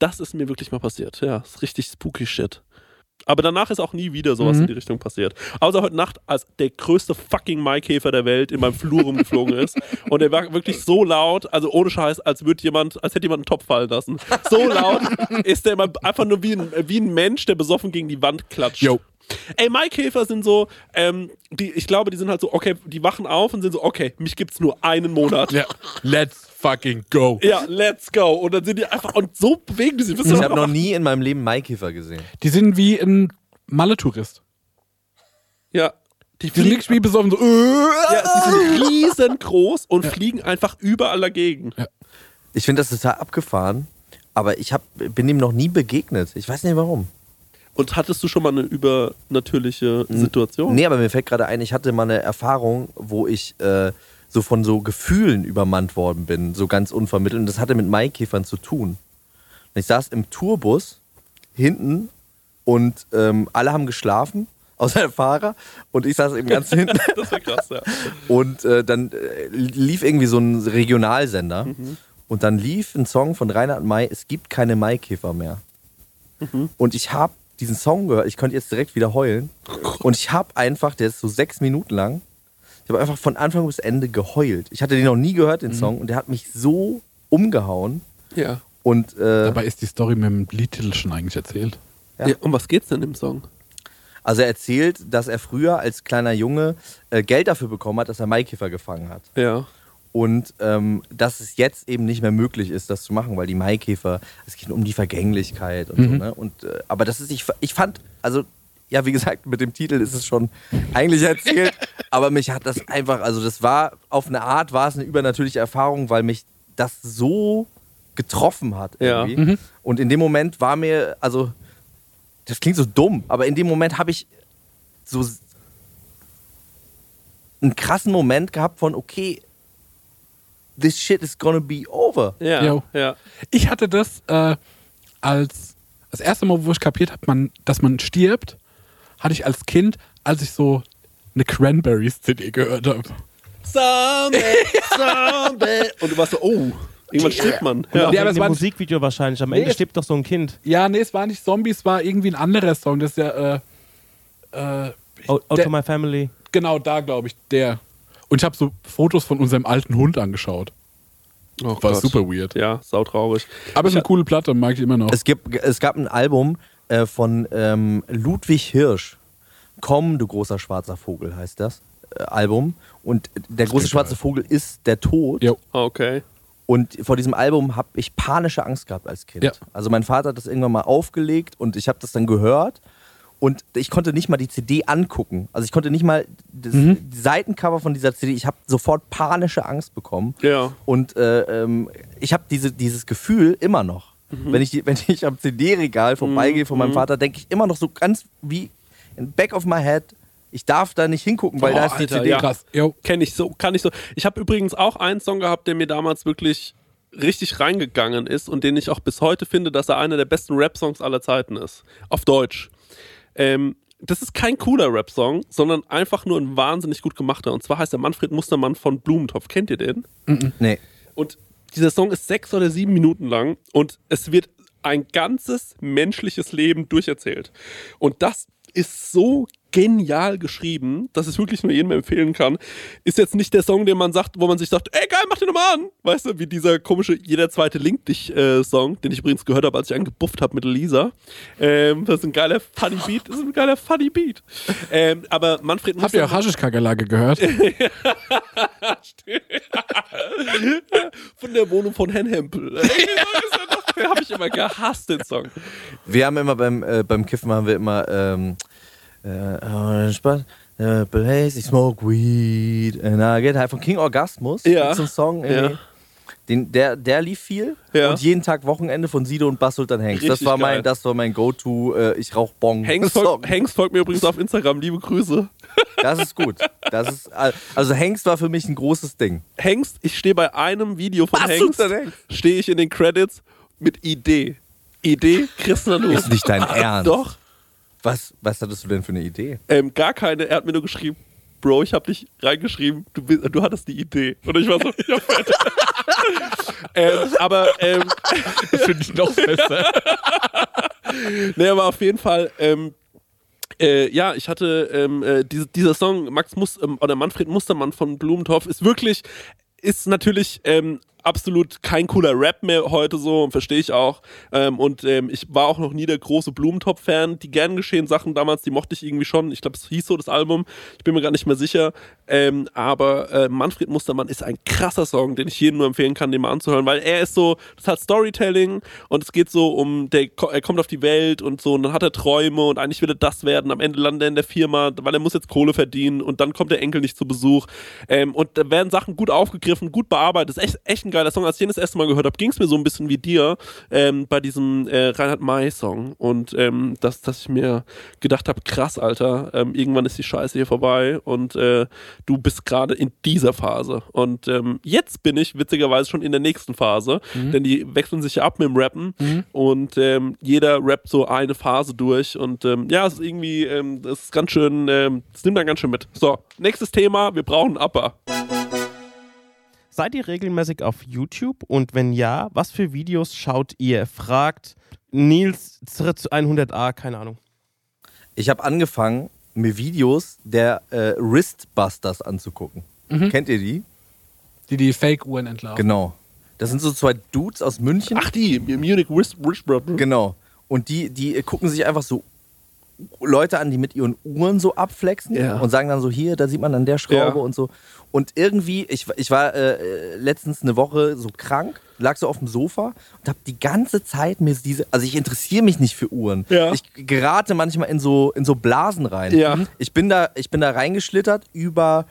das ist mir wirklich mal passiert. Ja, ist richtig spooky Shit. Aber danach ist auch nie wieder Mhm. sowas in die Richtung passiert. Außer heute Nacht, als der größte fucking Maikäfer der Welt in meinem Flur rumgeflogen ist. Und er war wirklich so laut, also ohne Scheiß, als würde jemand, als hätte jemand einen Topf fallen lassen. So laut ist der immer einfach nur wie ein, wie ein Mensch, der besoffen gegen die Wand klatscht. Jo. Ey, Maikäfer sind so, ähm, die, ich glaube, die sind halt so, okay, die wachen auf und sind so, okay, mich gibt's nur einen Monat. Ja. Let's fucking go. Ja, let's go. Und dann sind die einfach, und so bewegen die sich. Wisst ihr, Ich was habe noch nie in meinem Leben Maikäfer gesehen. Die sind wie ein Malle-Tourist. Ja. Die Die sind fliegen, wirklich wie besoffen, so, äh, ja, sie sind riesengroß und fliegen einfach überall dagegen. Ich finde das total abgefahren, aber ich hab, bin dem noch nie begegnet. Ich weiß nicht warum. Und hattest du schon mal eine übernatürliche Situation? Nee, aber mir fällt gerade ein, ich hatte mal eine Erfahrung, wo ich äh, so von so Gefühlen übermannt worden bin, so ganz unvermittelt. Und das hatte mit Maikäfern zu tun. Und ich saß im Tourbus hinten und ähm, alle haben geschlafen, außer der Fahrer. Und ich saß eben ganz hinten. Das wäre krass, ja. Und äh, dann äh, lief irgendwie so ein Regionalsender. Und dann lief ein Song von Reinhard May, Es gibt keine Maikäfer mehr. Und ich habe diesen Song gehört, ich könnte jetzt direkt wieder heulen. Und ich habe einfach, der ist so sechs Minuten lang, ich habe einfach von Anfang bis Ende geheult. Ich hatte den noch nie gehört, den Song. Und der hat mich so umgehauen. ja. Und äh, Dabei ist die Story mit dem Liedtitel schon eigentlich erzählt. Ja. Ja, um was geht's denn im Song? Also er erzählt, dass er früher als kleiner Junge äh, Geld dafür bekommen hat, dass er Maikäfer gefangen hat. Ja. Und ähm, dass es jetzt eben nicht mehr möglich ist, das zu machen, weil die Maikäfer, es geht um die Vergänglichkeit und so, ne? Und, äh, aber das ist, ich, fa- ich fand, also, ja, wie gesagt, mit dem Titel ist es schon eigentlich erzählt, aber mich hat das einfach, also das war, auf eine Art war es eine übernatürliche Erfahrung, weil mich das so getroffen hat Ja. irgendwie. Und in dem Moment war mir, also, das klingt so dumm, aber in dem Moment habe ich so s- einen krassen Moment gehabt von, okay, this shit is gonna be over. Ja. Jo. ja. Ich hatte das äh, als das erste Mal, wo ich kapiert habe, man, dass man stirbt, hatte ich als Kind, als ich so eine Cranberries-CD gehört habe. Zombie, Zombie. Und du warst so, oh, irgendwann stirbt man. Ja. Ja, Ja, aber aber es im war- Musikvideo wahrscheinlich. Am Ende Nee. stirbt doch so ein Kind. Ja, nee, es war nicht Zombies, es war irgendwie ein anderer Song. Das ist ja, äh, äh, Out, Oh, out der, of my family. genau da, glaube ich, der. Und ich habe so Fotos von unserem alten Hund angeschaut. Oh War Gott. super weird. Ja, sautraurig. Aber es ist eine coole Platte, mag ich immer noch. Es, gibt, es gab ein Album äh, von ähm, Ludwig Hirsch. Komm, du großer schwarzer Vogel heißt das äh, Album. Und der große klingt schwarze geil. Vogel ist der Tod. Jo. Ah, Okay. Und vor diesem Album habe ich panische Angst gehabt als Kind. Ja. Also mein Vater hat das irgendwann mal aufgelegt und ich habe das dann gehört. Und ich konnte nicht mal die CD angucken. Also ich konnte nicht mal das Mhm. die Seitencover von dieser CD. Ich habe sofort panische Angst bekommen. Ja. Und äh, ähm, ich habe diese, dieses Gefühl immer noch. Wenn, ich, die- wenn ich am CD-Regal vorbeigehe von meinem Vater, denke ich immer noch so ganz wie in Back of my head. Ich darf da nicht hingucken, weil Oh, da ist die Alter, CD. ja. Krass. Jo. Kenne ich so, kann ich so. Ich habe übrigens auch einen Song gehabt, der mir damals wirklich richtig reingegangen ist und den ich auch bis heute finde, dass er einer der besten Rap-Songs aller Zeiten ist. Auf Deutsch. Ähm, das ist kein cooler Rap-Song, sondern einfach nur ein wahnsinnig gut gemachter. Und zwar heißt der Manfred Mustermann von Blumentopf. Kennt ihr den? Nee. Und dieser Song ist sechs oder sieben Minuten lang und es wird ein ganzes menschliches Leben durcherzählt. Und das ist so genial geschrieben, dass ich wirklich nur jedem empfehlen kann. Ist jetzt nicht der Song, den man sagt, wo man sich sagt, ey geil, mach den nochmal an. Weißt du, wie dieser komische Jeder zweite Link dich äh, Song, den ich übrigens gehört habe, als ich einen gebufft habe mit Lisa. Ähm, das ist ein geiler Funny Beat. Das ist ein geiler Funny Beat. Ähm, aber Manfred Habt ihr auch Haschisch-Kakerlake gehört? von der Wohnung von Herrn Hempel. Den habe ich immer gehasst, den Song. Wir haben immer beim, äh, beim Kiffen haben wir immer ähm, äh, Spaß. äh, Blaze, ich smoke weed Äh, and I get high. halt Von King Orgasmus. Ja. Gibt's einen Song. irgendwie. Ja. Den, der, der lief viel. Ja. Und jeden Tag Wochenende von Sido und Bass Sultan Hanks. Das Richtig war, geil. mein, das war mein Go-To. Äh, ich rauch Bong. Hanks Song. folgt, Hanks folgt mir übrigens auf Instagram, liebe Grüße. Das ist gut. Das ist, äh, also Hanks war für mich ein großes Ding. Hanks, ich stehe bei einem Video von Hanks, stehe ich in den Credits mit Idee. Idee, Chris Nanu. Ist nicht dein Ernst. Doch, Was, was hattest du denn für eine Idee? ähm, gar keine. Er hat mir nur geschrieben, Bro, ich habe dich reingeschrieben, du, bist- du hattest die Idee. Und ich war so, ja, fett. ähm, aber ähm, Finde ich noch besser. Nee, aber auf jeden Fall, ähm, äh, ja, ich hatte ähm, äh, diese, dieser Song, Max Mus ähm, oder Manfred Mustermann von Blumentopf, ist wirklich, ist natürlich ähm, absolut kein cooler Rap mehr heute so, und verstehe ich auch. Ähm, und ähm, ich war auch noch nie der große Blumentopf-Fan. Die gern geschehen Sachen damals, die mochte ich irgendwie schon. Ich glaube, es hieß so das Album. Ich bin mir gar nicht mehr sicher. Ähm, aber äh, Manfred Mustermann ist ein krasser Song, den ich jedem nur empfehlen kann, den mal anzuhören, weil er ist so, das hat Storytelling und es geht so um, der, ko- er kommt auf die Welt und so und dann hat er Träume und eigentlich will er das werden. Am Ende landet er in der Firma, weil er muss jetzt Kohle verdienen und dann kommt der Enkel nicht zu Besuch. Ähm, und da werden Sachen gut aufgegriffen, gut bearbeitet. Ist echt, echt ein geiler Song. Als ich den das erste Mal gehört habe, ging es mir so ein bisschen wie dir ähm, bei diesem äh, Reinhard May-Song. Und ähm, dass, dass ich mir gedacht habe, krass, Alter, ähm, irgendwann ist die Scheiße hier vorbei und äh, du bist gerade in dieser Phase. Und ähm, jetzt bin ich witzigerweise schon in der nächsten Phase, denn die wechseln sich ja ab mit dem Rappen und ähm, jeder rappt so eine Phase durch. Und ähm, ja, es ist irgendwie, ähm, das ist ganz schön, ähm, das nimmt dann ganz schön mit. So, nächstes Thema, wir brauchen einen Upper. Seid ihr regelmäßig auf YouTube? Und wenn ja, was für Videos schaut ihr? Fragt Nils Zritz 100a, keine Ahnung. Ich habe angefangen, mir Videos der äh, Wristbusters anzugucken. Mhm. Kennt ihr die? Die die Fake-Uhren entlarven. Genau. Das sind so zwei Dudes aus München. Ach die, Munich Wrist, Wrist Genau. Und die, die gucken sich einfach so Leute an, die mit ihren Uhren so abflexen Ja. und sagen dann so, hier, da sieht man an der Schraube Ja. und so. Und irgendwie, ich, ich war äh, äh, letztens eine Woche so krank, lag so auf dem Sofa und habe die ganze Zeit mir diese, also ich interessiere mich nicht für Uhren. Ja. Ich gerate manchmal in so, in so Blasen rein. Mhm. Ja. Ich, bin da, ich bin da reingeschlittert über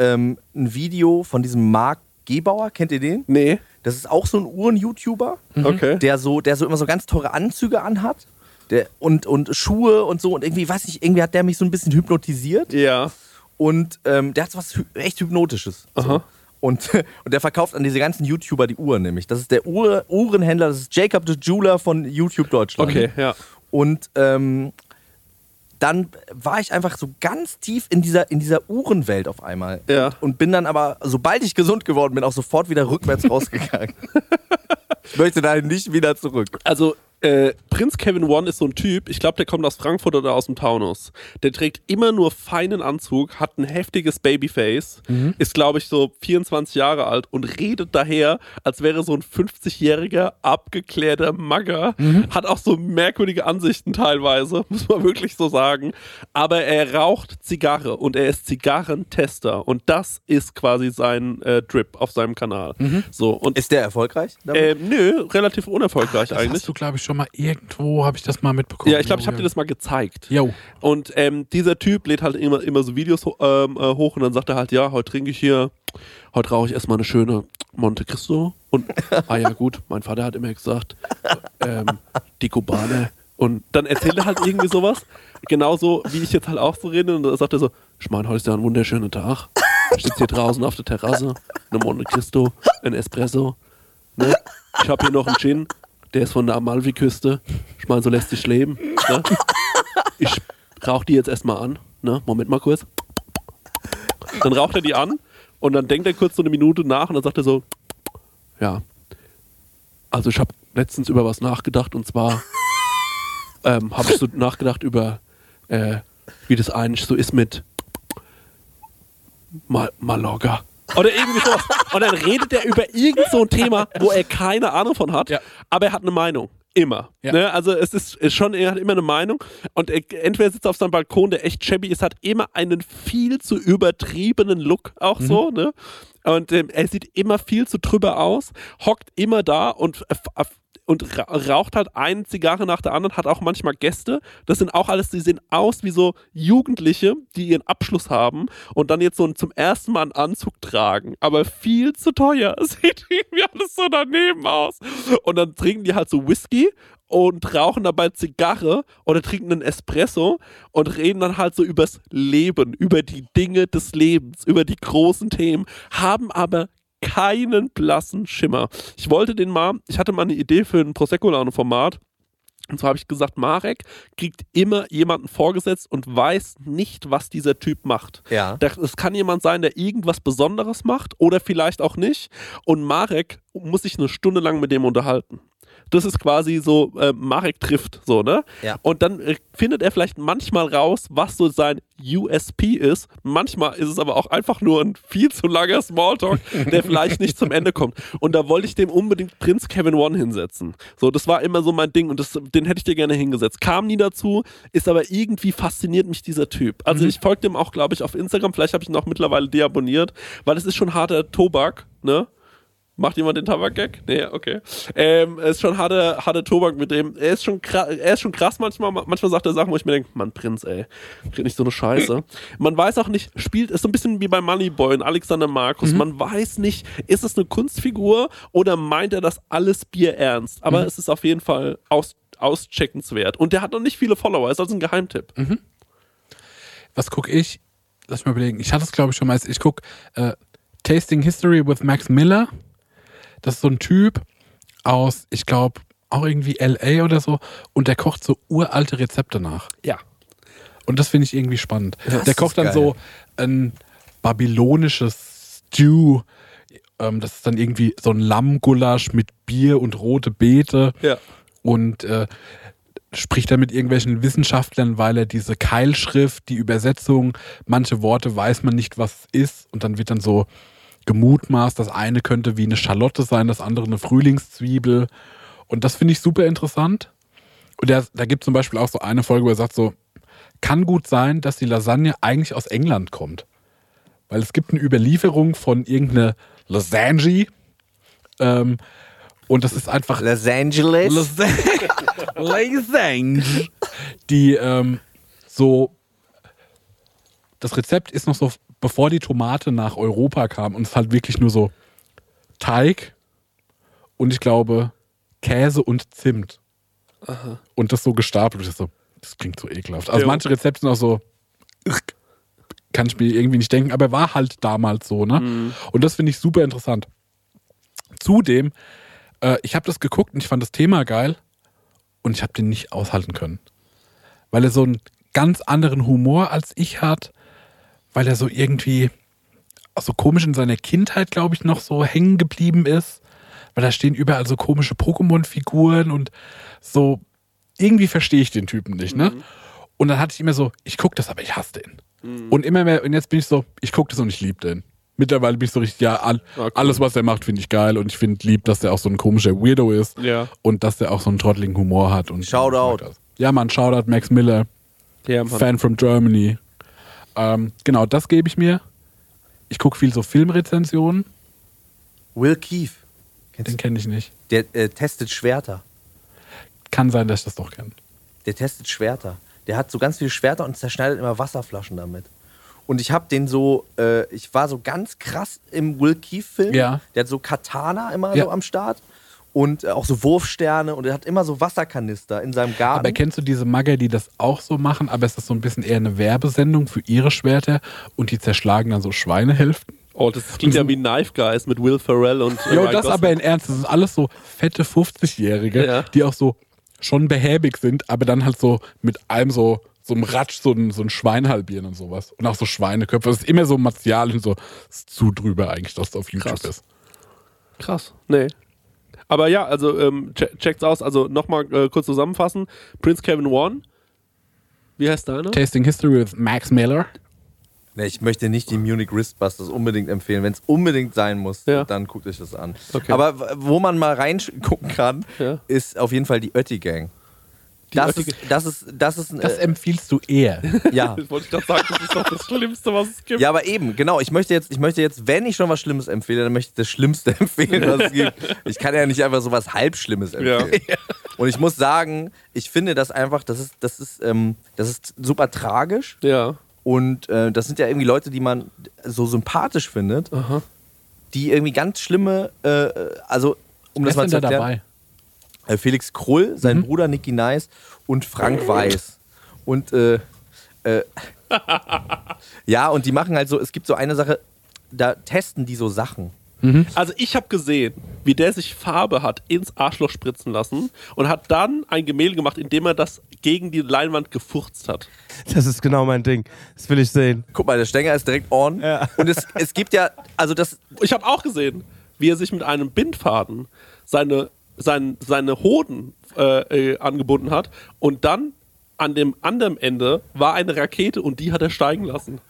ähm, ein Video von diesem Marc Gebauer, kennt ihr den? Nee. Das ist auch so ein Uhren-YouTuber Okay. der so, der so immer so ganz teure Anzüge anhat der, und, und Schuhe und so und irgendwie, weiß nicht, irgendwie hat der mich so ein bisschen hypnotisiert ja. und ähm, der hat so was hy echt Hypnotisches. So. Und, und der verkauft an diese ganzen YouTuber die Uhren nämlich. Das ist der Uhr Uhrenhändler, das ist Jacob the Jeweler von YouTube Deutschland. Okay, ja. Und ähm, dann war ich einfach so ganz tief in dieser, in dieser Uhrenwelt auf einmal. Ja. Und bin dann aber, sobald ich gesund geworden bin, auch sofort wieder rückwärts rausgegangen. ich möchte da nicht wieder zurück. Also, äh, Prinz Kevin One ist so ein Typ, ich glaube, der kommt aus Frankfurt oder aus dem Taunus. Der trägt immer nur feinen Anzug, hat ein heftiges Babyface, ist, glaube ich, so 24 Jahre alt und redet daher, als wäre so ein 50-jähriger, abgeklärter Magger. Hat auch so merkwürdige Ansichten teilweise, muss man wirklich so sagen. Aber er raucht Zigarre und er ist Zigarrentester. Und das ist quasi sein äh, Drip auf seinem Kanal. So, und Ist der erfolgreich? damit? ähm, nö, relativ unerfolgreich Das eigentlich. hast du, glaube ich, schon mal irgendwo, habe ich das mal mitbekommen. Ja, ich glaube, ich habe dir Genau. ja. das mal gezeigt. Jo. Und ähm, dieser Typ lädt halt immer, immer so Videos ho- ähm, äh, hoch und dann sagt er halt, ja, heute trinke ich hier, heute rauche ich erstmal eine schöne Monte Cristo. Und, ah ja, gut, mein Vater hat immer gesagt, ähm, die Kubane. Und dann erzählt er halt irgendwie sowas, genauso wie ich jetzt halt auch so rede. Und dann sagt er so, ich meine, heute ist ja ein wunderschöner Tag. Ich sitze hier draußen auf der Terrasse, eine Monte Cristo, ein Espresso. Ne? Ich habe hier noch einen Gin, der ist von der Amalfi-Küste. Ich meine, so lässt sich leben. Ne? ich rauche die jetzt erstmal an. Ne? Moment mal kurz. Dann raucht er die an und dann denkt er kurz so eine Minute nach und dann sagt er so, ja, also ich habe letztens über was nachgedacht und zwar ähm, habe ich so nachgedacht über, äh, wie das eigentlich so ist mit Mal Malaga. Oder irgendwie sowas. Und dann redet er über irgend so ein Thema, wo er keine Ahnung von hat, Ja. aber er hat eine Meinung. Immer. Ja. Ne? Also es ist ist schon, er hat immer eine Meinung. Und er, entweder sitzt er auf seinem Balkon, der echt shabby ist, hat immer einen viel zu übertriebenen Look auch Mhm. so, ne? Und ähm, er sieht immer viel zu drüber aus, hockt immer da und f- f- und ra- raucht halt eine Zigarre nach der anderen, hat auch manchmal Gäste. Das sind auch alles, die sehen aus wie so Jugendliche, die ihren Abschluss haben und dann jetzt so ein- zum ersten Mal einen Anzug tragen. Aber viel zu teuer. Es Sieht irgendwie alles so daneben aus. Und dann trinken die halt so Whisky und rauchen dabei Zigarre oder trinken einen Espresso und reden dann halt so übers Leben, über die Dinge des Lebens, über die großen Themen, haben aber keinen blassen Schimmer. Ich wollte den mal, ich hatte mal eine Idee für ein Prosecco-Laune-Format. Und zwar habe ich gesagt, Marek kriegt immer jemanden vorgesetzt und weiß nicht, was dieser Typ macht. Ja. Das, es kann jemand sein, der irgendwas Besonderes macht oder vielleicht auch nicht. Und Marek muss sich eine Stunde lang mit dem unterhalten. Das ist quasi so, äh, Marek trifft, so, ne? Ja. Und dann äh, findet er vielleicht manchmal raus, was so sein USP ist. Manchmal ist es aber auch einfach nur ein viel zu langer Smalltalk, der vielleicht nicht zum Ende kommt. Und da wollte ich dem unbedingt Prinz Kevin One hinsetzen. So, das war immer so mein Ding und das, den hätte ich dir gerne hingesetzt. Kam nie dazu, ist aber irgendwie fasziniert mich dieser Typ. Also ich folge dem auch, glaube ich, auf Instagram. Vielleicht habe ich ihn auch mittlerweile deabonniert, weil es ist schon harter Tobak, ne? Macht jemand den Tabak-Gag? Nee, okay. Ähm, er ist schon harter, harter Tobak mit dem. Er ist schon, kra- er ist schon krass manchmal. Ma- Manchmal sagt er Sachen, wo ich mir denke, Mann, Prinz, ey. Red nicht so eine Scheiße. Man weiß auch nicht, spielt, ist so ein bisschen wie bei Moneyboy und Alexander Markus. Mhm. Man weiß nicht, ist es eine Kunstfigur oder meint er das alles Bier ernst? Aber Mhm. es ist auf jeden Fall aus, auscheckenswert. Und der hat noch nicht viele Follower, ist also ein Geheimtipp. Mhm, Was gucke ich? Lass mich mal überlegen. Ich hatte es, glaube ich, schon mal. Ich gucke äh, Tasting History with Max Miller. Das ist so ein Typ aus, ich glaube, auch irgendwie L.A. oder so. Und der kocht so uralte Rezepte nach. Ja. Und das finde ich irgendwie spannend. der kocht dann geil. so ein babylonisches Stew. Ähm, das ist dann irgendwie so ein Lammgulasch mit Bier und rote Beete. Ja. Und äh, spricht dann mit irgendwelchen Wissenschaftlern, weil er diese Keilschrift, die Übersetzung, manche Worte weiß man nicht, was es ist. Und dann wird dann so gemutmaßt, das eine könnte wie eine Schalotte sein, das andere eine Frühlingszwiebel. Und das finde ich super interessant. Und der, da gibt es zum Beispiel auch so eine Folge, wo er sagt so, kann gut sein, dass die Lasagne eigentlich aus England kommt. Weil es gibt eine Überlieferung von irgendeiner Lasagne. Ähm, und das ist einfach Los Angeles. Lasagne. Lasagne. Die ähm, so. Das Rezept ist noch so, bevor die Tomate nach Europa kam und es ist halt wirklich nur so Teig und ich glaube Käse und Zimt. Und das so gestapelt. Ich so, das klingt so ekelhaft. Also Jo. manche Rezepte sind auch so. "Irk." Kann ich mir irgendwie nicht denken, aber war halt damals so, ne? Und das finde ich super interessant. Zudem äh, ich habe das geguckt und ich fand das Thema geil und ich habe den nicht aushalten können. Weil er so einen ganz anderen Humor als ich hat, weil er so irgendwie auch so komisch in seiner Kindheit, glaube ich, noch so hängen geblieben ist. Weil da stehen überall so komische Pokémon-Figuren und so. Irgendwie verstehe ich den Typen nicht, ne? Und dann hatte ich immer so, ich gucke das, aber ich hasse den. Und immer mehr, und jetzt bin ich so, ich gucke das und ich liebe den. Mittlerweile bin ich so richtig, ja, all, alles, was er macht, finde ich geil. Und ich finde lieb, dass der auch so ein komischer Weirdo ist. Ja. Und dass der auch so einen trotteligen Humor hat. Und Shoutout. Ja, Mann, Shoutout Max Miller, Ja, Mann. Fan from Germany. Ähm, genau, das gebe ich mir. Ich gucke viel so Filmrezensionen. Will Keefe. Den kenne ich nicht. Der äh, testet Schwerter. Kann sein, dass ich das doch kenne. Der testet Schwerter. Der hat so ganz viele Schwerter und zerschneidet immer Wasserflaschen damit. Und ich habe den so, äh, ich war so ganz krass im Will Keefe-Film. Ja. Der hat so Katana immer Ja. so am Start und äh, auch so Wurfsterne und er hat immer so Wasserkanister in seinem Garten. Aber kennst du diese Magger, die das auch so machen, aber es ist so ein bisschen eher eine Werbesendung für ihre Schwerter und die zerschlagen dann so Schweinehälften? Oh, das klingt ja wie Knife Guys mit Will Ferrell und. äh, Jo, Ryan das Gosling. aber in Ernst, das sind alles so fette 50-Jährige, Ja. die auch so schon behäbig sind, aber dann halt so mit allem so, so einem Ratsch so ein, so ein Schwein halbieren und sowas. Und auch so Schweineköpfe. Das ist immer so martial und so. Das ist zu drüber eigentlich, dass das auf YouTube Krass. ist. Krass. Nee. Aber ja, also ähm, che- checkt's aus. Also nochmal äh, kurz zusammenfassen. Prince Kevin One. Wie heißt deiner? Tasting History with Max Miller. Ne, ich möchte nicht die Munich Wristbusters unbedingt empfehlen. Wenn es unbedingt sein muss, Ja. dann guckt euch das an. Okay. Aber w- wo man mal reingucken kann, Ja. ist auf jeden Fall die Ötti Gang. Das, ist, das ist, das ist, ein- Das äh, empfiehlst du eher. ja. Das wollte ich doch sagen, das ist doch das Schlimmste, was es gibt. ja, aber eben, genau. Ich möchte jetzt, ich möchte jetzt, wenn ich schon was Schlimmes empfehle, dann möchte ich das Schlimmste empfehlen, was es gibt. Ich kann ja nicht einfach so was Halbschlimmes empfehlen. Und ich muss sagen, ich finde das einfach, das ist, das ist, ähm, das ist super tragisch. Ja. Und äh, das sind ja irgendwie Leute, die man so sympathisch findet, die irgendwie ganz schlimme, äh, also um Wer das ist mal denn zu da erklären, dabei? äh, Felix Krull, Mhm. sein Bruder Nicky Nice und Frank Weiß. Und äh, äh, ja, und die machen halt so, es gibt so eine Sache, da testen die so Sachen. Also ich habe gesehen, wie der sich Farbe hat ins Arschloch spritzen lassen und hat dann ein Gemälde gemacht, indem er das gegen die Leinwand gefurzt hat. Das ist genau mein Ding. Das will ich sehen. Guck mal, der Stenger ist direkt on. Ja. Und es, es gibt ja, also das, Ich habe auch gesehen, wie er sich mit einem Bindfaden seine, sein, seine Hoden äh, äh, angebunden hat und dann an dem anderen Ende war eine Rakete und die hat er steigen lassen.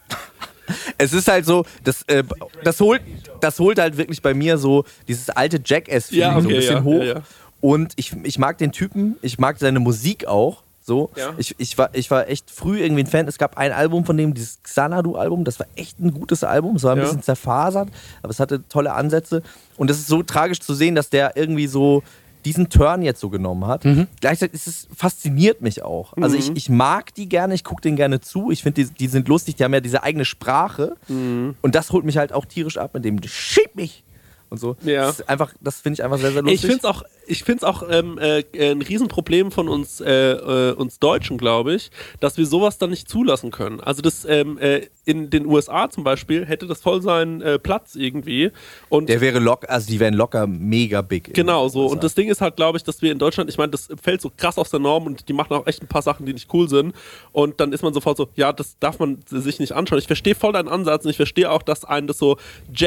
es ist halt so, das, äh, das, holt, das holt halt wirklich bei mir so dieses alte Jackass-Feeling Ja, so ein okay, bisschen ja, hoch. ja, ja. Und ich, ich mag den Typen, ich mag seine Musik auch. So. Ja. Ich, ich, war, ich war echt früh irgendwie ein Fan. Es gab ein Album von dem, dieses Xanadu-Album, das war echt ein gutes Album. Es war ein Ja. bisschen zerfasert, aber es hatte tolle Ansätze. Und es ist so tragisch zu sehen, dass der irgendwie so diesen Turn jetzt so genommen hat. Mhm. Gleichzeitig ist es, fasziniert mich auch. Also ich, ich mag die gerne, ich gucke denen gerne zu. Ich finde, die, die sind lustig, die haben ja diese eigene Sprache. Mhm. Und das holt mich halt auch tierisch ab, mit dem Schieb mich! Und so. Ja. Das, ist einfach, das finde ich einfach sehr, sehr lustig. Ich finde es auch, ich find's auch ähm, äh, ein Riesenproblem von uns, äh, äh, uns Deutschen, glaube ich, dass wir sowas dann nicht zulassen können. Also das ähm, äh, in den USA zum Beispiel hätte das voll seinen äh, Platz irgendwie. Und Der wäre locker, also die wären locker mega big. in Genau so. USA. Und das Ding ist halt, glaube ich, dass wir in Deutschland, ich meine, das fällt so krass aus der Norm und die machen auch echt ein paar Sachen, die nicht cool sind. Und dann ist man sofort so, ja, das darf man sich nicht anschauen. Ich verstehe voll deinen Ansatz und ich verstehe auch, dass einen das so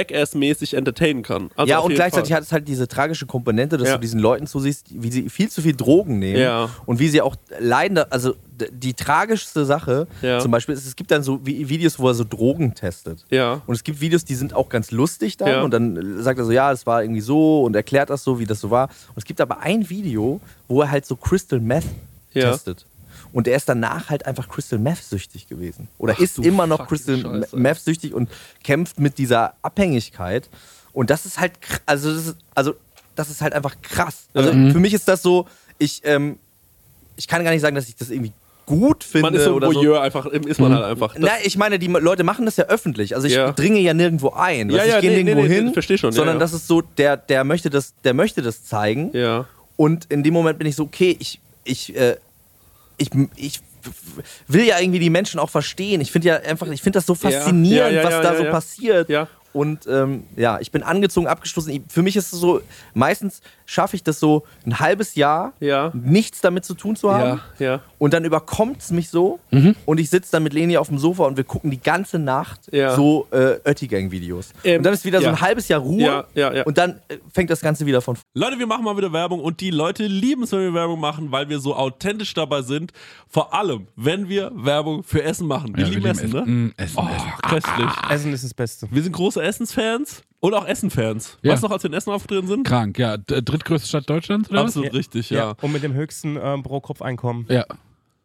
Jackass-mäßig entertainen kann. Also ja, auf und jeden gleichzeitig Fall. hat es halt diese tragische Komponente, dass Ja. du diesen Leuten zusiehst, wie sie viel zu viel Drogen nehmen Ja. und wie sie auch leiden. da- Also d- die tragischste Sache Ja. zum Beispiel ist, es gibt dann so Vi- Videos, wo er so Drogen testet. Ja. Und es gibt Videos, die sind auch ganz lustig dann. Ja. Und dann sagt er so, ja, es war irgendwie so und erklärt das so, wie das so war. Und es gibt aber ein Video, wo er halt so Crystal Meth Ja. testet. Und er ist danach halt einfach Crystal Meth süchtig gewesen. Oder Ach ist du immer noch fucking Crystal Scheiße. Meth süchtig und kämpft mit dieser Abhängigkeit. Und das ist halt, kr- also das ist, also das ist halt einfach krass. Also Mhm. für mich ist das so, ich, ähm, ich kann gar nicht sagen, dass ich das irgendwie gut finde Man ist so ein äh, oder so. Voyeur, einfach, ist man halt einfach. Das- Na, ich meine, die Leute machen das ja öffentlich. Also ich Ja. dringe ja nirgendwo ein. Ja, Weißt, ja, ich gehe nee, nirgendwo nee, nee, hin, versteh schon, ja, sondern ja. das ist so, der, der möchte das, der möchte das zeigen. ja. Und in dem Moment bin ich so, okay, ich, ich, äh, ich, ich will ja irgendwie die Menschen auch verstehen. Ich finde ja einfach, ich finde das so faszinierend, Ja, ja, ja, was ja, da ja, so ja. passiert. Ja. Und ähm, ja, ich bin angezogen, abgestoßen. Ich- Für mich ist es so, meistens schaffe ich das so ein halbes Jahr, Ja. nichts damit zu tun zu haben. Ja, Mhm. ja. Und dann überkommt es mich so und ich sitze dann mit Leni auf dem Sofa und wir gucken die ganze Nacht Ja. so äh, Oettigang-Videos. Ähm, und dann ist wieder so ja. ein halbes Jahr Ruhe Ja, ja, ja. und dann äh, fängt das Ganze wieder von Leute, wir machen mal wieder Werbung und die Leute lieben es, wenn wir Werbung machen, weil wir so authentisch dabei sind. Vor allem, wenn wir Werbung für Essen machen. Wir Ja, lieben wir Essen, lieben ne? Mm, Essen, Oh, Essen. köstlich. Essen ist das Beste. Wir sind große Essensfans und auch Essen-Fans. Ja. Weißt du noch, als wir in Essen aufgetreten sind? Krank, ja. D- Drittgrößte Stadt Deutschlands, oder? was? Absolut richtig, ja. Und mit dem höchsten ähm, Pro-Kopf-Einkommen. Ja.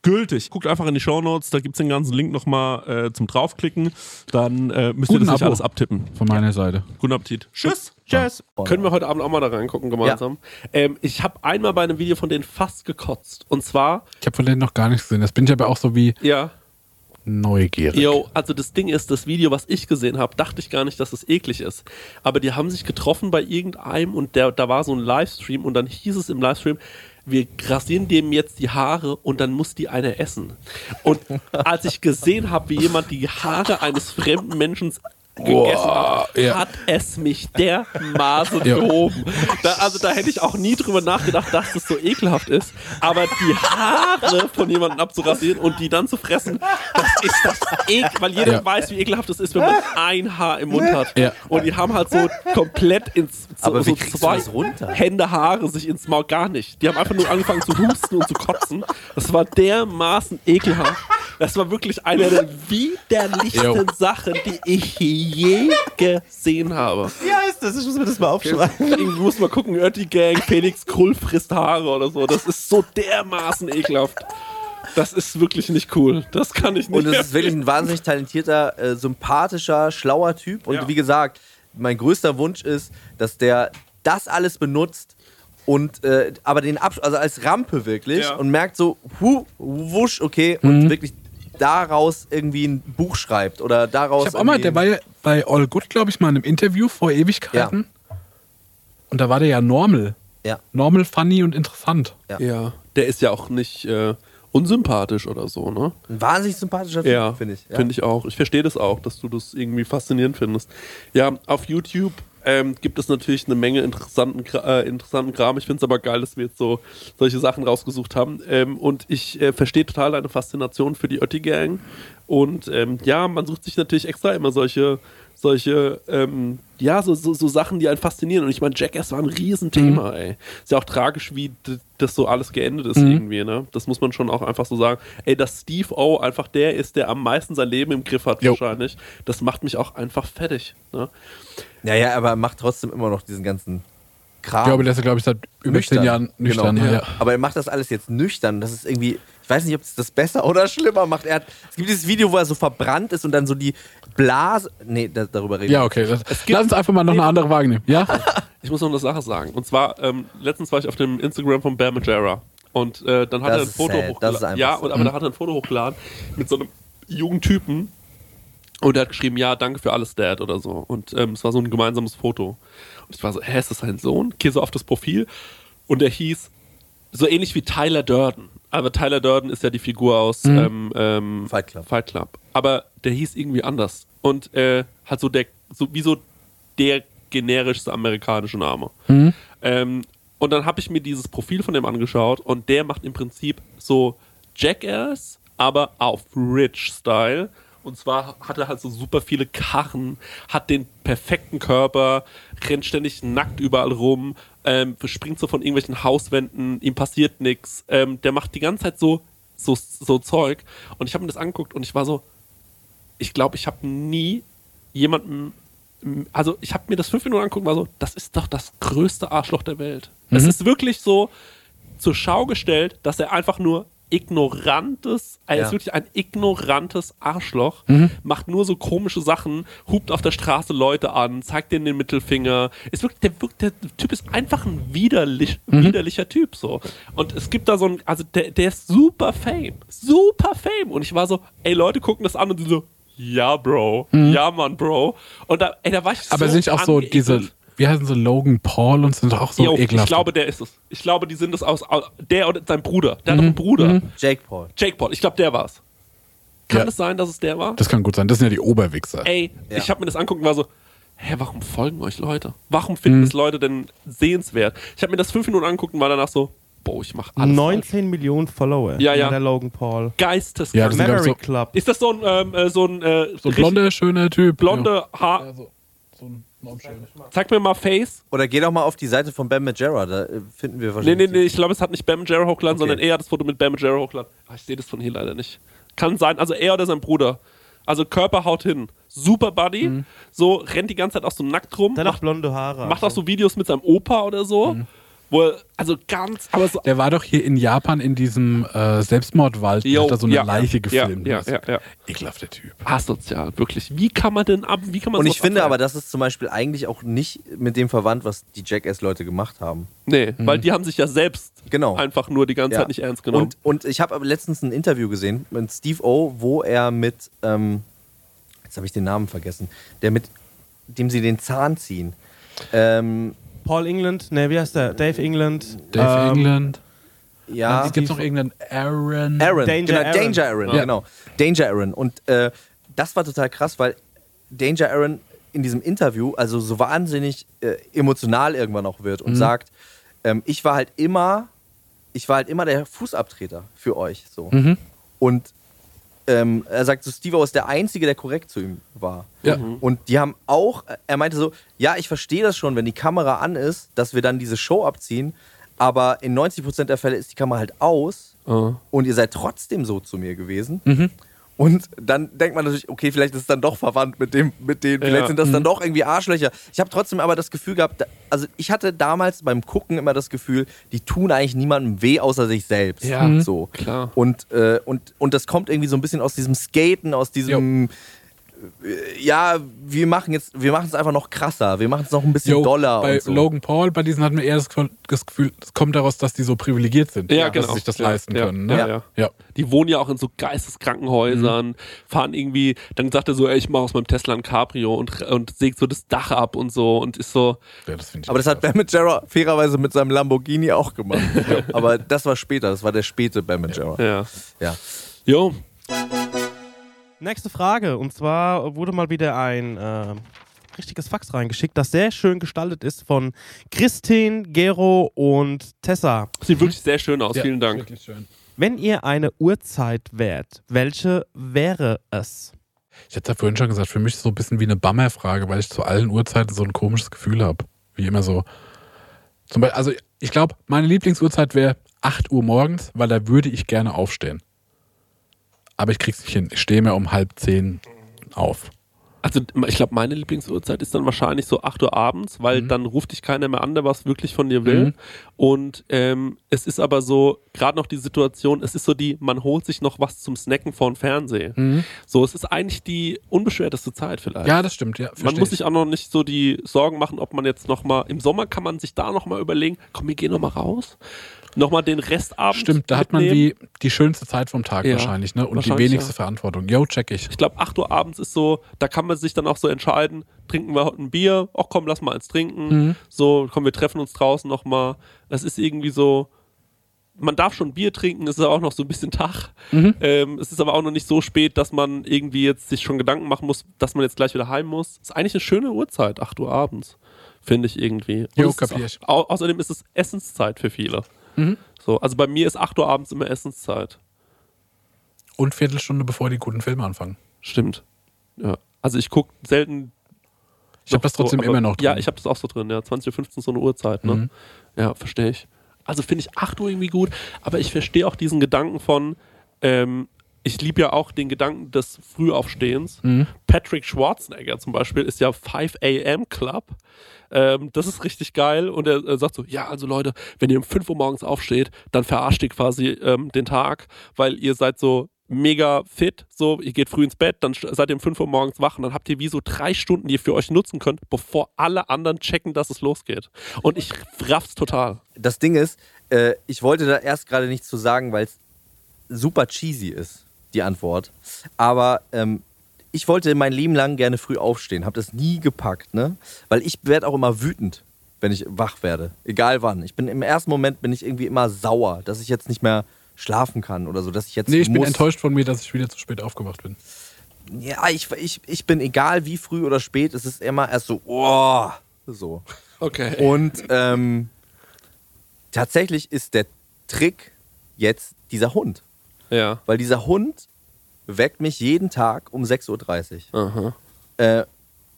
gültig. Guckt einfach in die Shownotes, da gibt's den ganzen Link nochmal äh, zum draufklicken. Dann äh, müsst ihr Guten das nicht Abo. alles abtippen. Von meiner Seite. Guten Appetit. Tschüss. Tschüss. Ah, Können wir heute Abend auch mal da reingucken gemeinsam? Ähm, ich habe einmal bei einem Video von denen fast gekotzt. Und zwar, Ich habe von denen noch gar nichts gesehen. Das bin ich aber auch so wie ja, neugierig. Yo, also das Ding ist, das Video, was ich gesehen habe, dachte ich gar nicht, dass es eklig ist. Aber die haben sich getroffen bei irgendeinem und der, da war so ein Livestream und dann hieß es im Livestream, wir rasieren dem jetzt die Haare und dann muss die eine essen. Und als ich gesehen habe, wie jemand die Haare eines fremden Menschen gegessen habe, ja. hat es mich dermaßen gehoben. Da, also da hätte ich auch nie drüber nachgedacht, dass das so ekelhaft ist. Aber die Haare von jemandem abzurasieren und die dann zu fressen, das ist das Ekel, weil jeder Ja. weiß, wie ekelhaft das ist, wenn man ein Haar im Mund hat. Ja. Und die haben halt so komplett ins so, Aber wie so kriegst du zwei das runter? Hände Haare sich ins Maul gar nicht. Die haben einfach nur angefangen zu husten und zu kotzen. Das war dermaßen ekelhaft. Das war wirklich eine der widerlichsten Jo. Sachen, die ich je gesehen habe. Ja, ist das. Ich muss mir das mal aufschreiben. Ich muss mal gucken, Örti Gang, Felix Krull frisst Haare oder so. Das ist so dermaßen ekelhaft. Das ist wirklich nicht cool. Das kann ich nicht. Und es ist wirklich ein wahnsinnig talentierter, äh, sympathischer, schlauer Typ. Und Ja. wie gesagt, mein größter Wunsch ist, dass der das alles benutzt und äh, aber den Absch also als Rampe wirklich Ja. und merkt so, hu, wusch, okay, Mhm. und wirklich daraus irgendwie ein Buch schreibt oder daraus. Ich habe auch mal, der irgendwie- war ja bei All Good, glaube ich, mal in einem Interview vor Ewigkeiten. Und da war der ja normal. Ja. Normal, funny und interessant. ja, der ist ja auch nicht äh, unsympathisch oder so, ne? ein wahnsinnig sympathischer Typ, Ja, finde ich. Ja. Finde ich auch. Ich verstehe das auch, dass du das irgendwie faszinierend findest. Ja, auf YouTube ähm, gibt es natürlich eine Menge interessanten, Gra- äh, interessanten Kram. Ich finde es aber geil, dass wir jetzt so solche Sachen rausgesucht haben. Ähm, und ich äh, verstehe total deine Faszination für die Otti-Gang. Und ähm, ja, man sucht sich natürlich extra immer solche solche, ähm, ja, so, so, so Sachen, die einen faszinieren. Und ich meine, Jackass war ein Riesenthema, ey. Ist ja auch tragisch, wie d- das so alles geendet ist irgendwie, ne? Das muss man schon auch einfach so sagen. Ey, dass Steve O einfach der ist, der am meisten sein Leben im Griff hat Jo. wahrscheinlich, das macht mich auch einfach fertig, ne? Naja, aber er macht trotzdem immer noch diesen ganzen Kram. Ich glaube, der ist, glaube ich, seit über zehn Jahren nüchtern. Genau. Ja. Aber er macht das alles jetzt nüchtern. Das ist irgendwie, ich weiß nicht, ob es das besser oder schlimmer macht. Er hat, es gibt dieses Video, wo er so verbrannt ist und dann so die Blase. Nee, da, darüber reden Ja, okay. Das, lass uns einfach mal noch eine andere Waage nehmen. Ja? Ich muss noch eine Sache sagen. Und zwar, ähm, letztens war ich auf dem Instagram von Bear Majera. Und äh, dann hat Das er ein ist Foto sad. Das ist hochgeladen. einfach Ja, sad. und, aber da hat er ein Foto hochgeladen mit so einem jungen Typen. Und er hat geschrieben, ja, danke für alles, Dad, oder so. Und ähm, es war so ein gemeinsames Foto. Und ich war so, hä, ist das sein Sohn? Geh so auf das Profil. Und er hieß so ähnlich wie Tyler Durden. Aber Tyler Durden ist ja die Figur aus ähm, ähm, Mhm. Fight Club. Fight Club. Aber der hieß irgendwie anders. Und äh, hat so der, so wie so der generischste amerikanische Name. Ähm, und dann habe ich mir dieses Profil von dem angeschaut und der macht im Prinzip so Jackass, aber auf Rich-Style. Und zwar hat er halt so super viele Karren, hat den perfekten Körper, rennt ständig nackt überall rum, ähm, springt so von irgendwelchen Hauswänden, ihm passiert nichts. Ähm, der macht die ganze Zeit so, so, so Zeug. Und ich habe mir das angeguckt und ich war so, ich glaube, ich habe nie jemanden, also ich habe mir das fünf Minuten angeguckt und war so, das ist doch das größte Arschloch der Welt. Es ist wirklich so zur Schau gestellt, dass er einfach nur ignorantes, er Ja. ist wirklich ein ignorantes Arschloch, Mhm. macht nur so komische Sachen, hupt auf der Straße Leute an, zeigt denen den Mittelfinger. Ist wirklich, der, wirkt- der Typ ist einfach ein widerlich, Mhm. widerlicher Typ so. Und es gibt da so ein, also der, der ist super fame, super fame. Und ich war so, ey Leute gucken das an und die so, ja, Bro. Ja, Mann, Bro. Und da, ey, da war ich Mhm. Aber so sind nicht auch so diese, angeekelt. wie heißen sie, Logan Paul und sind doch auch so Jo, ich ekelhaft. glaube, der ist es. Ich glaube, die sind es aus, aus der oder sein Bruder. Der hat Mhm, noch einen Bruder. Jake Paul. Jake Paul. Ich glaube, der war's. Kann Ja. es sein, dass es der war? das kann gut sein. Das sind ja die Oberwichser. Ey, Ja. ich habe mir das anguckt und war so, hä, warum folgen euch Leute? Warum finden Mhm. es Leute denn sehenswert? Ich habe mir das fünf Minuten angeguckt und war danach so, boah, ich mache alles. falsch. 19 Millionen Follower. Ja, ja. Der Logan Paul. Geisteskrank. Ja, das sind, glaub ich, Maverick so, Club. ist das so ein, ähm, äh, so ein, äh, so ein blonder, schöner Typ. Ja. Also, blonde Haar? Zeig mir mal Face. Oder geh doch mal auf die Seite von Ben Majera, da äh, finden wir Nee, wahrscheinlich. nee, nee, ich glaube, es hat nicht Bam Jarrow hochgeladen, Okay. sondern er hat das Foto mit Bam Jarrow hochgeladen. Ah, ich sehe das von hier leider nicht. Kann sein, also er oder sein Bruder. Also Körper haut hin. Super Buddy, Mhm. so rennt die ganze Zeit auch so nackt rum. Dann auch Macht, blonde Haare. macht auch so Videos mit seinem Opa oder so. Mhm. Wo er, also ganz, aber so. Der war doch hier in Japan in diesem äh, Selbstmordwald. Jo, der hat da so eine ja, Leiche ja, gefilmt. ja, Das ja, ist ja. Ekelhafter Typ. asozial, wirklich. Wie kann man denn ab, wie kann man Und sowas ich finde aber, abfeiern? das ist zum Beispiel eigentlich auch nicht mit dem verwandt, was die Jackass-Leute gemacht haben. Nee, weil die haben sich ja selbst Mhm. Genau. einfach nur die ganze Zeit nicht ernst genommen. Und, und ich habe aber letztens ein Interview gesehen mit Steve O, wo er mit, ähm, jetzt habe ich den Namen vergessen, der mit dem sie den Zahn ziehen. Ähm, Paul England, ne, wie heißt der? Dave England. Dave ähm, England. ja. Gibt es noch irgendeinen Aaron? Aaron. Danger genau, Aaron. Danger Aaron, Ja. genau. Danger Aaron. Und äh, das war total krass, weil Danger Aaron in diesem Interview also so wahnsinnig äh, emotional irgendwann auch wird und Mhm. sagt, ähm, ich war halt immer, ich war halt immer der Fußabtreter für euch so. Mhm. Und ähm, er sagt, so Steve ist der Einzige, der korrekt zu ihm war. Ja. Und die haben auch, er meinte so, ja, ich verstehe das schon, wenn die Kamera an ist, dass wir dann diese Show abziehen, aber in 90% der Fälle ist die Kamera halt aus Ah. und ihr seid trotzdem so zu mir gewesen. Und dann denkt man natürlich, okay, vielleicht ist es dann doch verwandt mit dem, mit denen, vielleicht Ja. sind das dann doch irgendwie Arschlöcher. Ich habe trotzdem aber das Gefühl gehabt, da- also ich hatte damals beim Gucken immer das Gefühl, die tun eigentlich niemandem weh außer sich selbst. Ja. Mhm. so. Klar. Und, äh, und, und das kommt irgendwie so ein bisschen aus diesem Skaten, aus diesem, äh, ja, wir machen jetzt, wir machen es einfach noch krasser, wir machen es noch ein bisschen Jo, doller bei und so. Logan Paul, bei diesen hat man eher das, das Gefühl, es kommt daraus, dass die so privilegiert sind, Ja, dass genau. sie sich das Ja, leisten ja, können. Ne? ja, ja. ja. Die wohnen ja auch in so Geisteskrankenhäusern, fahren irgendwie, dann sagt er so, ey, ich mache aus meinem Tesla ein Cabrio und, und sägt so das Dach ab und so und ist so, Ja, das finde ich Aber das hat Bamajera fairerweise mit seinem Lamborghini auch gemacht. Aber das war später, das war der späte Bamajera. ja. Ja. Jo, Nächste Frage. Und zwar wurde mal wieder ein äh, richtiges Fax reingeschickt, das sehr schön gestaltet ist von Christine, Gero und Tessa. sieht wirklich sehr schön aus, Ja, vielen Dank. wirklich schön. Wenn ihr eine Uhrzeit wärt, welche wäre es? Ich hätte ja vorhin schon gesagt, für mich ist so ein bisschen wie eine Bummer-Frage, weil ich zu allen Uhrzeiten so ein komisches Gefühl habe. Wie immer so. Zum Beispiel, also ich glaube, meine Lieblingsuhrzeit wäre 8 Uhr morgens, weil da würde ich gerne aufstehen. Aber ich krieg's nicht hin. Ich stehe mir um halb zehn auf. Also ich glaube, meine Lieblingsuhrzeit ist dann wahrscheinlich so 8 Uhr abends, weil Mhm. dann ruft dich keiner mehr an, der was wirklich von dir will. Und ähm, es ist aber so, gerade noch die Situation, es ist so die, man holt sich noch was zum Snacken vor dem Fernseher. Mhm. So, es ist eigentlich die unbeschwerteste Zeit vielleicht. Ja, das stimmt, ja. Man versteh muss ich. sich auch noch nicht so die Sorgen machen, ob man jetzt nochmal, im Sommer kann man sich da nochmal überlegen, komm, wir gehen nochmal raus, nochmal den Restabend Stimmt, da hat man mitnehmen. die, die schönste Zeit vom Tag Ja, wahrscheinlich, ne? Und wahrscheinlich, die wenigste ja. Verantwortung. Yo, check ich. Ich glaube, 8 Uhr abends ist so, da kann man sich dann auch so entscheiden, trinken wir heute ein Bier, ach komm, lass mal eins trinken, Mhm. so, komm, wir treffen uns draußen nochmal. Es ist irgendwie so, man darf schon Bier trinken, es ist auch noch so ein bisschen Tag. Mhm. Ähm, es ist aber auch noch nicht so spät, dass man irgendwie jetzt sich schon Gedanken machen muss, dass man jetzt gleich wieder heim muss. Ist eigentlich eine schöne Uhrzeit, 8 Uhr abends, finde ich irgendwie. Und Jo, es ist kapier ich. Mhm. Au außerdem ist es Essenszeit für viele. So, also bei mir ist 8 Uhr abends immer Essenszeit. Und Viertelstunde bevor die guten Filme anfangen. Stimmt. Ja. Also ich gucke selten. Ich habe noch das trotzdem so, aber- immer noch drin. Mhm. Ja, ich habe das auch so drin, ja. 20.15 Uhr so eine Uhrzeit, ne? Ja, verstehe ich. Also finde ich 8 Uhr irgendwie gut, aber ich verstehe auch diesen Gedanken von, ähm, ich liebe ja auch den Gedanken des Frühaufstehens. Mhm. Patrick Schwarzenegger zum Beispiel ist ja 5 a.m. Club. Ähm, das ist richtig geil. Und er, er sagt so: Ja, also Leute, wenn ihr um 5 Uhr morgens aufsteht, dann verarscht ihr quasi ähm, den Tag, weil ihr seid so mega fit, so, ihr geht früh ins Bett, dann st- seid ihr um 5 Uhr morgens wach und dann habt ihr wie so drei Stunden, die ihr für euch nutzen könnt, bevor alle anderen checken, dass es losgeht. Und ich raff's total. das Ding ist, äh, ich wollte da erst gerade nichts zu sagen, weil es super cheesy ist, die Antwort. Aber ähm, ich wollte mein Leben lang gerne früh aufstehen, habe das nie gepackt, ne? Weil ich werde auch immer wütend, wenn ich wach werde, egal wann. Ich bin im ersten Moment bin ich irgendwie immer sauer, dass ich jetzt nicht mehr schlafen kann oder so, dass ich jetzt Nee, ich bin muss. enttäuscht von mir, dass ich wieder zu spät aufgewacht bin. Ja, ich, ich, ich bin egal wie früh oder spät, es ist immer erst so, oh, so. Okay. Und ähm, tatsächlich ist der Trick jetzt dieser Hund. Ja. Weil dieser Hund weckt mich jeden Tag um 6.30 Uhr. Aha. Äh,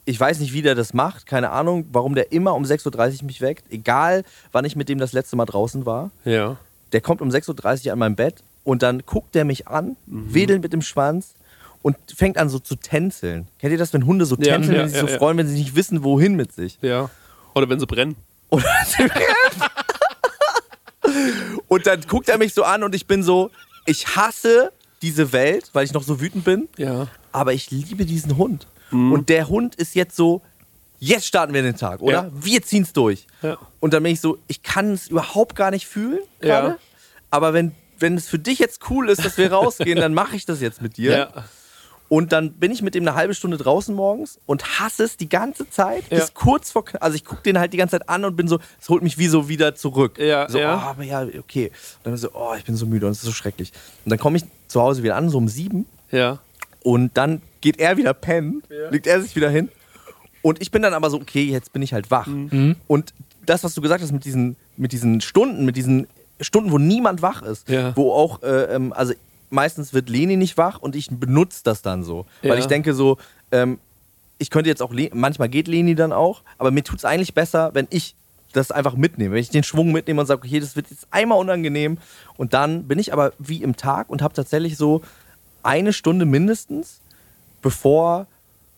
ich weiß nicht, wie der das macht, keine Ahnung, warum der immer um 6.30 Uhr mich weckt. Egal, wann ich mit dem das letzte Mal draußen war. Ja. Der kommt um 6.30 Uhr an mein Bett und dann guckt der mich an, Mhm. wedelt mit dem Schwanz und fängt an so zu tänzeln. Kennt ihr das, wenn Hunde so Ja, tänzeln, ja, wenn sie ja, so ja. freuen, wenn sie nicht wissen, wohin mit sich? Ja. Oder wenn sie brennen. Und, und dann guckt er mich so an und ich bin so, ich hasse diese Welt, weil ich noch so wütend bin, Ja. Mhm. aber ich liebe diesen Hund. Und der Hund ist jetzt so, jetzt starten wir den Tag, oder? Ja. Wir ziehen's durch. Ja. Und dann bin ich so, ich kann es überhaupt gar nicht fühlen gerade, Ja. aber wenn, wenn es für dich jetzt cool ist, dass wir rausgehen, dann mache ich das jetzt mit dir. Und dann bin ich mit dem eine halbe Stunde draußen morgens und hasse es die ganze Zeit bis kurz vor. Also ich gucke den halt die ganze Zeit an und bin so, es holt mich wie so wieder zurück. Ja, so, ja. ah, aber ja, okay. Und dann so, oh, ich bin so müde und es ist so schrecklich. Und dann komme ich zu Hause wieder an, so um sieben. Ja. Und dann geht er wieder pennen, legt er sich wieder hin. Und ich bin dann aber so, okay, jetzt bin ich halt wach. Mhm. Und das, was du gesagt hast mit diesen, mit diesen Stunden, mit diesen Stunden, wo niemand wach ist, Ja. wo auch, äh, ähm, also meistens wird Leni nicht wach und ich benutze das dann so. Ja. Weil ich denke so, ähm, ich könnte jetzt auch, Le manchmal geht Leni dann auch, aber mir tut es eigentlich besser, wenn ich das einfach mitnehme, wenn ich den Schwung mitnehme und sage, okay, das wird jetzt einmal unangenehm und dann bin ich aber wie im Tag und habe tatsächlich so eine Stunde mindestens, bevor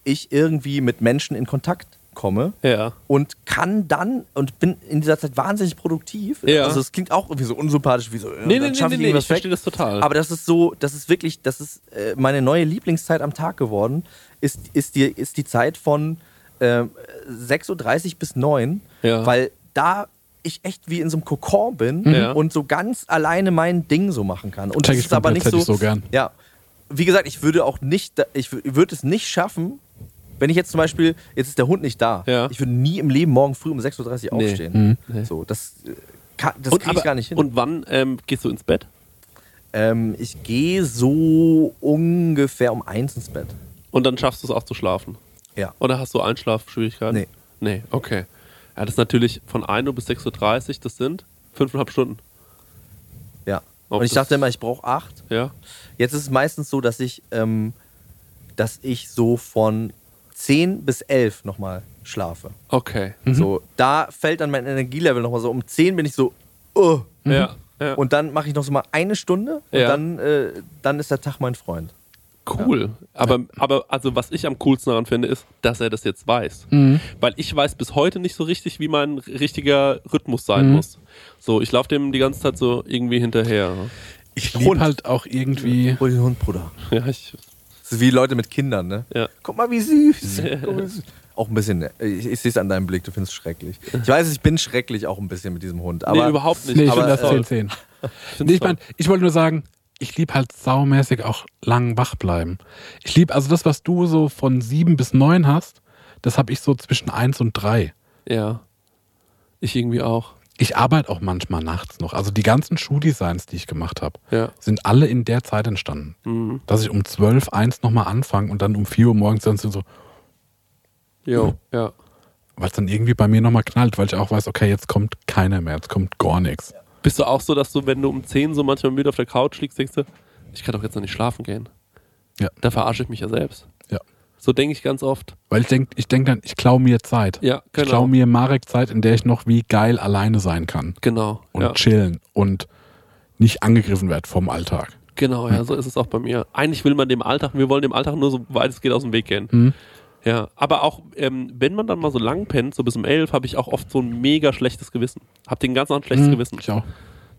ich irgendwie mit Menschen in Kontakt komme Ja. und kann dann und bin in dieser Zeit wahnsinnig produktiv. Ja. Also es klingt auch irgendwie so unsympathisch, wie so, äh, Nee, nee, dann nee, schaff nee, ich nee, ich irgendwas weg. verstehe das total. Aber das ist so, das ist wirklich, das ist äh, meine neue Lieblingszeit am Tag geworden, ist, ist, die, ist die Zeit von äh, 6.30 Uhr bis 9 Ja. Mhm. weil da ich echt wie in so einem Kokon bin Ja. und so ganz alleine mein Ding so machen kann. Und Check das ich ist aber nicht so, tatsächlich so gern. Ja, wie gesagt, ich würde auch nicht, da- ich wür- würde es nicht schaffen, wenn ich jetzt zum Beispiel, jetzt ist der Hund nicht da, Ja. ich würde nie im Leben morgen früh um 6.30 Uhr Nee. aufstehen. So, das, äh, kann, das kriege ich aber- gar nicht hin. Und wann ähm, gehst du ins Bett? Ähm, ich gehe so ungefähr um eins ins Bett. Und dann schaffst du es auch zu schlafen? Ja. Oder hast du Einschlafschwierigkeiten? Nee. Nee, okay. Ja, das ist natürlich von 1 Uhr bis 6.30 Uhr, das sind fünfeinhalb Stunden. Ja. Ob Und ich das- dachte immer, ich brauche acht. Ja. Jetzt ist es meistens so, dass ich, ähm, dass ich so von 10 bis 11 nochmal schlafe. Okay. Hm. So, da fällt dann mein Energielevel nochmal so. Um 10 bin ich so, uh, Ja. ja. und dann mache ich noch so mal eine Stunde und Ja. dann, äh, dann ist der Tag mein Freund. Cool. Aber, aber also was ich am coolsten daran finde, ist, dass er das jetzt weiß. Mhm. Weil ich weiß bis heute nicht so richtig, wie mein richtiger Rhythmus Mhm. sein muss. So, ich laufe dem die ganze Zeit so irgendwie hinterher. Ich liebe halt auch irgendwie. Hol den Hund, Bruder. Ja, ich, Das ist wie Leute mit Kindern, ne? Ja. Guck mal, wie süß. Guck mal, wie süß. Auch ein bisschen, ne? ich, ich sehe es an deinem Blick, du findest es schrecklich. Ich weiß, ich bin schrecklich auch ein bisschen mit diesem Hund, aber nee, überhaupt nicht. Nee, ich aber, finde das äh, 10, 10. find's Nee, ich, mein, ich wollte nur sagen, ich liebe halt saumäßig auch lang wach bleiben. Ich liebe also das, was du so von sieben bis neun hast, das habe ich so zwischen eins und drei. Ja. Ich irgendwie auch. Ich arbeite auch manchmal nachts noch. Also die ganzen Schuhdesigns, die ich gemacht habe, Ja. mhm. sind alle in der Zeit entstanden. Dass ich um 12, 1 nochmal anfange und dann um 4 Uhr morgens dann so, Jo, ja. weil es dann irgendwie bei mir nochmal knallt, weil ich auch weiß, okay, jetzt kommt keiner mehr, jetzt kommt gar nichts. Bist du auch so, dass du, wenn du um 10 so manchmal müde auf der Couch liegst, denkst du, ich kann doch jetzt noch nicht schlafen gehen. Ja. Da verarsche ich mich ja selbst. Ja. So denke ich ganz oft. Weil ich denke ich denk dann, ich klaue mir Zeit. Ja, Ich genau. klaue mir Marek Zeit, in der ich noch wie geil alleine sein kann Genau. und ja. chillen und nicht angegriffen werde vom Alltag. Genau, ja, so ist es auch bei mir. Eigentlich will man dem Alltag, wir wollen dem Alltag nur so weit es geht aus dem Weg gehen. Mhm. Ja, aber auch, ähm, wenn man dann mal so lang pennt, so bis um elf, habe ich auch oft so ein mega schlechtes Gewissen. Hab den ganzen Abend schlechtes Hm. Mhm. Gewissen. Ich auch.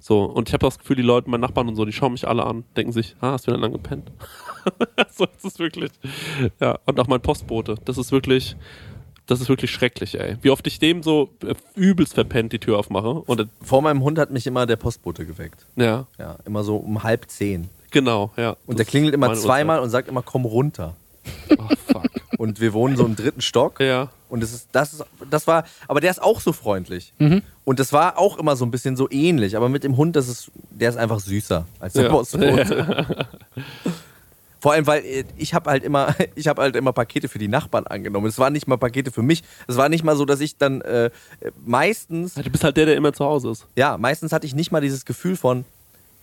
So, und ich habe das Gefühl, die Leute, meine Nachbarn und so, die schauen mich alle an, denken sich, ah, hast du wieder lang gepennt? so ist es wirklich. Ja, und auch mein Postbote, das ist wirklich, das ist wirklich schrecklich, ey. Wie oft ich dem so äh, übelst verpennt die Tür aufmache. Und, vor meinem Hund hat mich immer der Postbote geweckt. äh, ja, Ja, immer so um halb zehn. genau, ja. Und Das der klingelt ist immer meine zweimal und sagt immer, komm runter. Uhrzeit. Oh, fuck. Und wir wohnen so im dritten Stock. Ja. Und das ist, das ist, das war, aber der ist auch so freundlich. Mhm. Und das war auch immer so ein bisschen so ähnlich. Aber mit dem Hund, das ist, der ist einfach süßer als der Ja. Postbote. Vor allem, weil äh, ich habe halt immer, ich habe halt immer Pakete für die Nachbarn angenommen. Es waren nicht mal Pakete für mich. Es war nicht mal so, dass ich dann äh, meistens Du bist halt der, der immer zu Hause ist. ja, meistens hatte ich nicht mal dieses Gefühl von,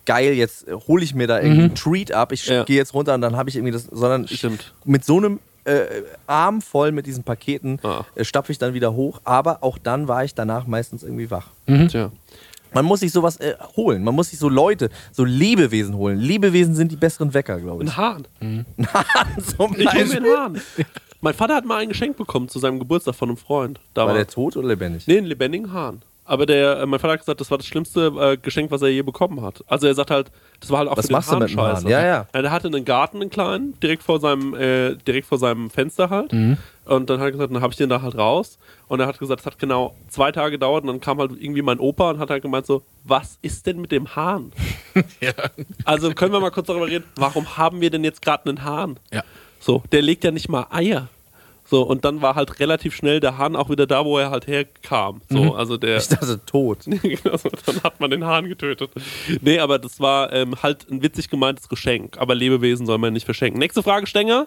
geil, jetzt äh, hole ich mir da irgendwie einen Treat ab, ich Mhm. Ja. gehe jetzt runter und dann habe ich irgendwie das, sondern Stimmt. Ich, mit so einem äh, Arm voll mit diesen Paketen Ah. äh, stapfe ich dann wieder hoch, aber auch dann war ich danach meistens irgendwie wach. Tja. Man muss sich sowas äh, holen, man muss sich so Leute, so Lebewesen holen. Lebewesen sind die besseren Wecker, glaube ich. Ein Hahn. Zum Ich hol mir Beispiel. einen Hahn. Mein Vater hat mal ein Geschenk bekommen zu seinem Geburtstag von einem Freund. Da War war der tot oder lebendig? nee, einen lebendigen Hahn. Aber der, äh, mein Vater hat gesagt, das war das schlimmste äh, Geschenk, was er je bekommen hat. Also er sagt halt, das war halt auch Was für den machst du mit dem Hahn? scheiße. Ja, ja. Er hatte einen Garten, einen kleinen, direkt vor seinem, äh, direkt vor seinem Fenster halt. Mhm. Und dann hat er gesagt, dann habe ich den da halt raus. Und er hat gesagt, es hat genau zwei Tage gedauert. Und dann kam halt irgendwie mein Opa und hat halt gemeint so, was ist denn mit dem Hahn? Also können wir mal kurz darüber reden, warum haben wir denn jetzt gerade einen Hahn? Ja. So, der legt ja nicht mal Eier. So, und dann war halt relativ schnell der Hahn auch wieder da, wo er halt herkam. So, also der. Mhm. Ich dachte tot. also, dann hat man den Hahn getötet. Nee, aber das war ähm, halt ein witzig gemeintes Geschenk. Aber Lebewesen soll man nicht verschenken. Nächste Frage, Stenger.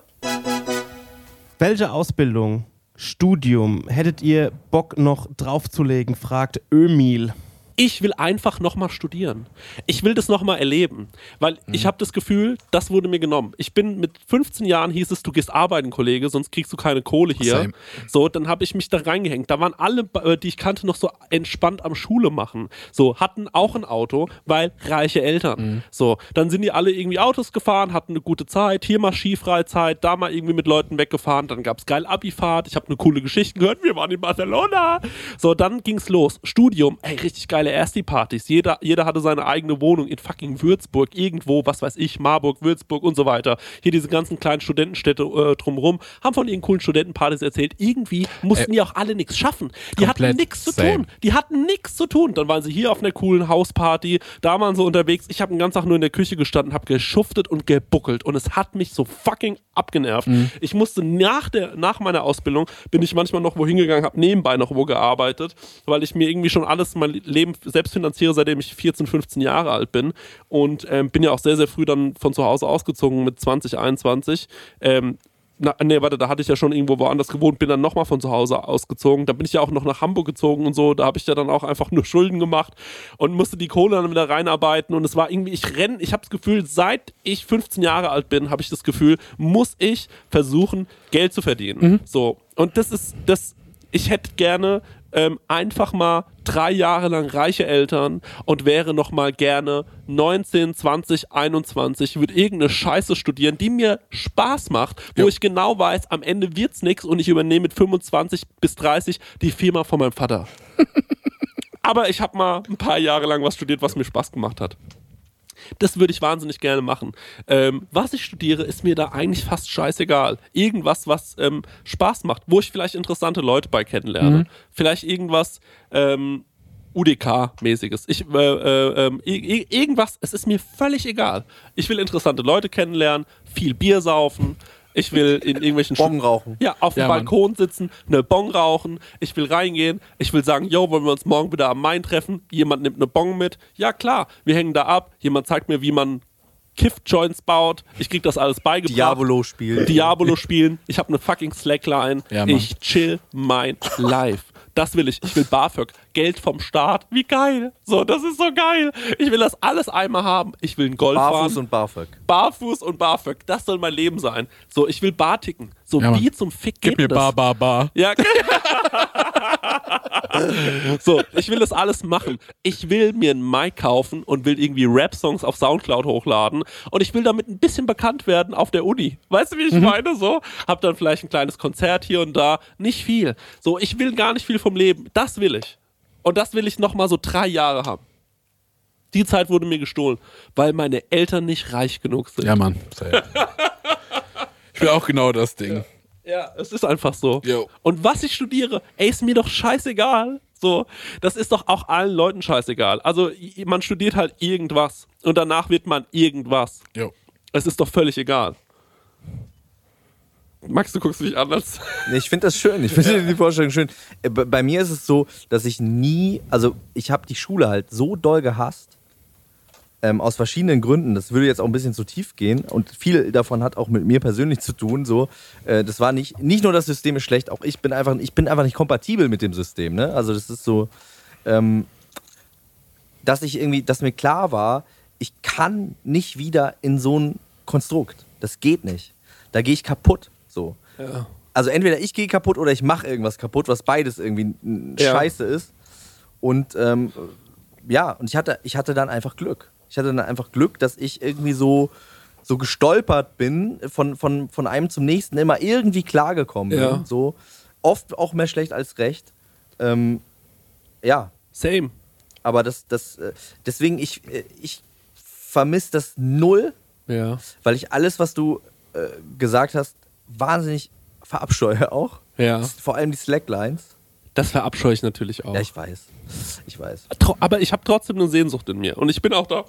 Welche Ausbildung, Studium hättet ihr Bock noch draufzulegen, fragt Ömil. ich will einfach nochmal studieren. Ich will das nochmal erleben, weil ich habe das Gefühl, das wurde mir genommen. Ich bin mit 15 Jahren hieß es, du gehst arbeiten, Kollege, sonst kriegst du keine Kohle hier. Same. So, dann habe ich mich da reingehängt. Da waren alle, äh, die ich kannte, noch so entspannt am Schule machen. So, hatten auch ein Auto, weil reiche Eltern. So, dann sind die alle irgendwie Autos gefahren, hatten eine gute Zeit, hier mal Skifreizeit, da mal irgendwie mit Leuten weggefahren, dann gab es geil Abifahrt, ich habe eine coole Geschichte gehört, wir waren in Barcelona. So, dann ging's los. Studium, ey, richtig geile Ersti-Partys. Jeder, jeder hatte seine eigene Wohnung in fucking Würzburg, irgendwo, was weiß ich, Marburg, Würzburg und so weiter. Hier diese ganzen kleinen Studentenstädte äh, drumherum, haben von ihren coolen Studentenpartys erzählt. Irgendwie mussten die auch alle nichts schaffen. Die hatten komplett nichts zu same. tun. Die hatten nichts zu tun. Dann waren sie hier auf einer coolen Hausparty, da waren sie unterwegs. Ich habe den ganzen Tag nur in der Küche gestanden, habe geschuftet und gebuckelt und es hat mich so fucking abgenervt. Ich musste nach, der, nach meiner Ausbildung, bin ich manchmal noch wohin gegangen, habe nebenbei noch wo gearbeitet, weil ich mir irgendwie schon alles mein Leben selbst finanziere, seitdem ich 14, 15 Jahre alt bin und ähm, bin ja auch sehr, sehr früh dann von zu Hause ausgezogen mit 20, 21. Ähm, na, nee, warte, da hatte ich ja schon irgendwo woanders gewohnt, bin dann nochmal von zu Hause ausgezogen. Da bin ich ja auch noch nach Hamburg gezogen und so. Da habe ich ja dann auch einfach nur Schulden gemacht und musste die Kohle dann wieder reinarbeiten. Und es war irgendwie, ich renne, ich habe das Gefühl, seit ich 15 Jahre alt bin, habe ich das Gefühl, muss ich versuchen, Geld zu verdienen. So. Und das ist, das, ich hätte gerne ähm, einfach mal drei Jahre lang reiche Eltern und wäre noch mal gerne 19, 20, 21, würde irgendeine Scheiße studieren, die mir Spaß macht, wo ich genau weiß, am Ende wird's nix und ich übernehme mit 25 bis 30 die Firma von meinem Vater. Aber ich habe mal ein paar Jahre lang was studiert, was mir Spaß gemacht hat. Das würde ich wahnsinnig gerne machen. Ähm, was ich studiere, ist mir da eigentlich fast scheißegal. Irgendwas, was ähm, Spaß macht, wo ich vielleicht interessante Leute bei kennenlerne. Vielleicht irgendwas ähm, UDK-mäßiges. Ich, äh, äh, ähm, ir- ir- irgendwas, es ist mir völlig egal. Ich will interessante Leute kennenlernen, viel Bier saufen. Ich will in irgendwelchen Bon rauchen. ja, auf dem Ja, Mann. Balkon sitzen, eine Bong rauchen, ich will reingehen, ich will sagen, yo, wollen wir uns morgen wieder am Main treffen? Jemand nimmt eine Bong mit. Ja, klar, wir hängen da ab, jemand zeigt mir, wie man Kiff-Joints baut, ich krieg das alles beigebracht. Diabolo spielen. Diabolo spielen, ich habe eine fucking Slackline, Ja, Mann. ich chill mein Life. Das will ich. Ich will BAföG. Geld vom Staat. Wie geil. So, das ist so geil. Ich will das alles einmal haben. Ich will einen Golf Barfuß fahren. und BAföG. Barfuß und BAföG. Das soll mein Leben sein. So, ich will Bar ticken. So, Ja, Mann. wie zum Fick Gib geht mir das? Bar, Bar, Bar. Ja. so, ich will das alles machen. Ich will mir einen Mic kaufen und will irgendwie Rap-Songs auf Soundcloud hochladen. Und ich will damit ein bisschen bekannt werden auf der Uni. Weißt du, wie ich meine? So, hab dann vielleicht ein kleines Konzert hier und da. Nicht viel. So, ich will gar nicht viel vom Leben. Das will ich. Und das will ich nochmal so drei Jahre haben. Die Zeit wurde mir gestohlen, weil meine Eltern nicht reich genug sind. Ja, Mann. Same. Ich will auch genau das Ding. Ja, es ist einfach so. Jo. Und was ich studiere, ey, ist mir doch scheißegal. So, das ist doch auch allen Leuten scheißegal. Also, i- man studiert halt irgendwas und danach wird man irgendwas. Jo. Es ist doch völlig egal. Max, du guckst mich anders. Nee, ich finde das schön. Ich finde die Vorstellung schön. Äh, Bei bei mir ist es so, dass ich nie, also ich habe die Schule halt so doll gehasst. Ähm, aus verschiedenen Gründen. Das würde jetzt auch ein bisschen zu tief gehen und viel davon hat auch mit mir persönlich zu tun. So, äh, das war nicht, nicht nur das System ist schlecht, auch ich bin einfach, ich bin einfach nicht kompatibel mit dem System. Ne? Also das ist so, ähm, dass ich irgendwie, dass mir klar war, ich kann nicht wieder in so ein Konstrukt. Das geht nicht. Da gehe ich kaputt. So. Also entweder ich gehe kaputt oder ich mache irgendwas kaputt, was beides irgendwie n- Ja. scheiße ist. Und ähm, ja, und ich hatte, ich hatte dann einfach Glück. Ich hatte dann einfach Glück, dass ich irgendwie so, so gestolpert bin, von, von, von einem zum nächsten immer irgendwie klargekommen bin. Ja. So. Oft auch mehr schlecht als recht. Ähm, ja, Same. aber das, das, äh, deswegen, ich, äh, ich vermisse das null, Ja. weil ich alles, was du äh, gesagt hast, wahnsinnig verabscheue auch. Ja. S- Vor allem die Slacklines. Das verabscheue ich natürlich auch. Ja, ich weiß. Ich weiß. Tro- aber ich habe trotzdem eine Sehnsucht in mir. Und ich bin auch da.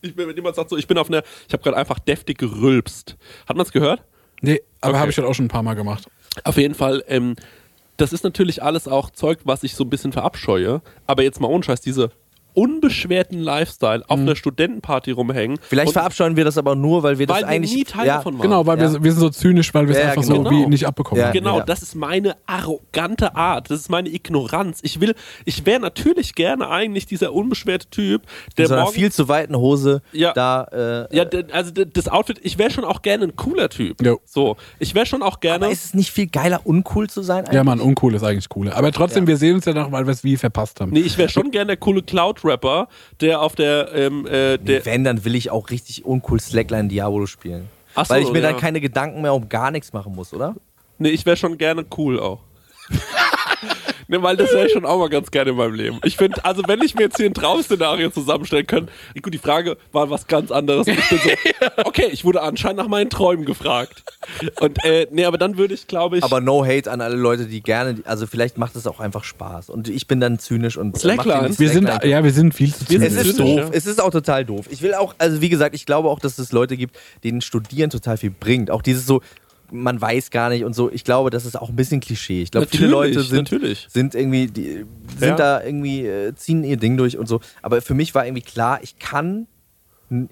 Ich bin, wenn jemand sagt so, ich bin auf einer, ich habe gerade einfach deftig gerülpst. Hat man es gehört? Nee, aber habe ich halt auch schon ein paar Mal gemacht. Auf jeden Fall, ähm, das ist natürlich alles auch Zeug, was ich so ein bisschen verabscheue. Aber jetzt mal ohne Scheiß, diese unbeschwerten Lifestyle auf einer Studentenparty rumhängen. Mhm. Vielleicht und, verabscheuen wir das aber nur, weil wir das weil wir eigentlich. nie Teil ja, davon waren. Genau, weil Ja. wir, wir sind so zynisch, weil wir es Ja, ja, einfach so genau. wie nicht abbekommen Ja. haben. Genau, das ist meine arrogante Art, das ist meine Ignoranz. Ich will, ich wäre natürlich gerne eigentlich dieser unbeschwerte Typ, in der so einer morgen viel zu weiten Hose Ja. da. Äh, Ja, d- also d- das Outfit, ich wäre schon auch gerne ein cooler Typ. Jo. So, ich wäre schon auch gerne. aber ist es nicht viel geiler, uncool zu sein? Ja, Mann, uncool ist eigentlich cool. Aber trotzdem, wir sehen uns ja noch, weil wir es wie verpasst haben. nee, ich wäre schon gerne der coole Cloud-Rapper, der auf der, ähm, äh, der, Wenn, dann will ich auch richtig uncool Slackline Diablo spielen. Ach so, weil ich mir ja. dann keine Gedanken mehr um gar nichts machen muss, oder? nee, ich wäre schon gerne cool auch. Ne, weil das wäre ich schon auch mal ganz gerne in meinem Leben. Ich finde, also wenn ich mir jetzt hier ein Traum-Szenario zusammenstellen könnte, gut, die Frage war was ganz anderes. Ich bin so, okay, ich wurde anscheinend nach meinen Träumen gefragt. Und äh, nee, aber dann würde ich, glaube ich, Aber no hate an alle Leute, die gerne, also vielleicht macht es auch einfach Spaß. Und ich bin dann zynisch und äh, mach Slackline. den Wir sind, Slackline- ja, wir sind viel zu Wir sind zynisch. Es ist Zynisch, doof. ja. Es ist auch total doof. Ich will auch, also wie gesagt, ich glaube auch, dass es Leute gibt, denen Studieren total viel bringt. Auch dieses so, man weiß gar nicht und so. Ich glaube, das ist auch ein bisschen Klischee. Ich glaube, viele Natürlich, Leute sind, natürlich. sind irgendwie, die, sind Ja. da irgendwie, äh, ziehen ihr Ding durch und so. Aber für mich war irgendwie klar, ich kann,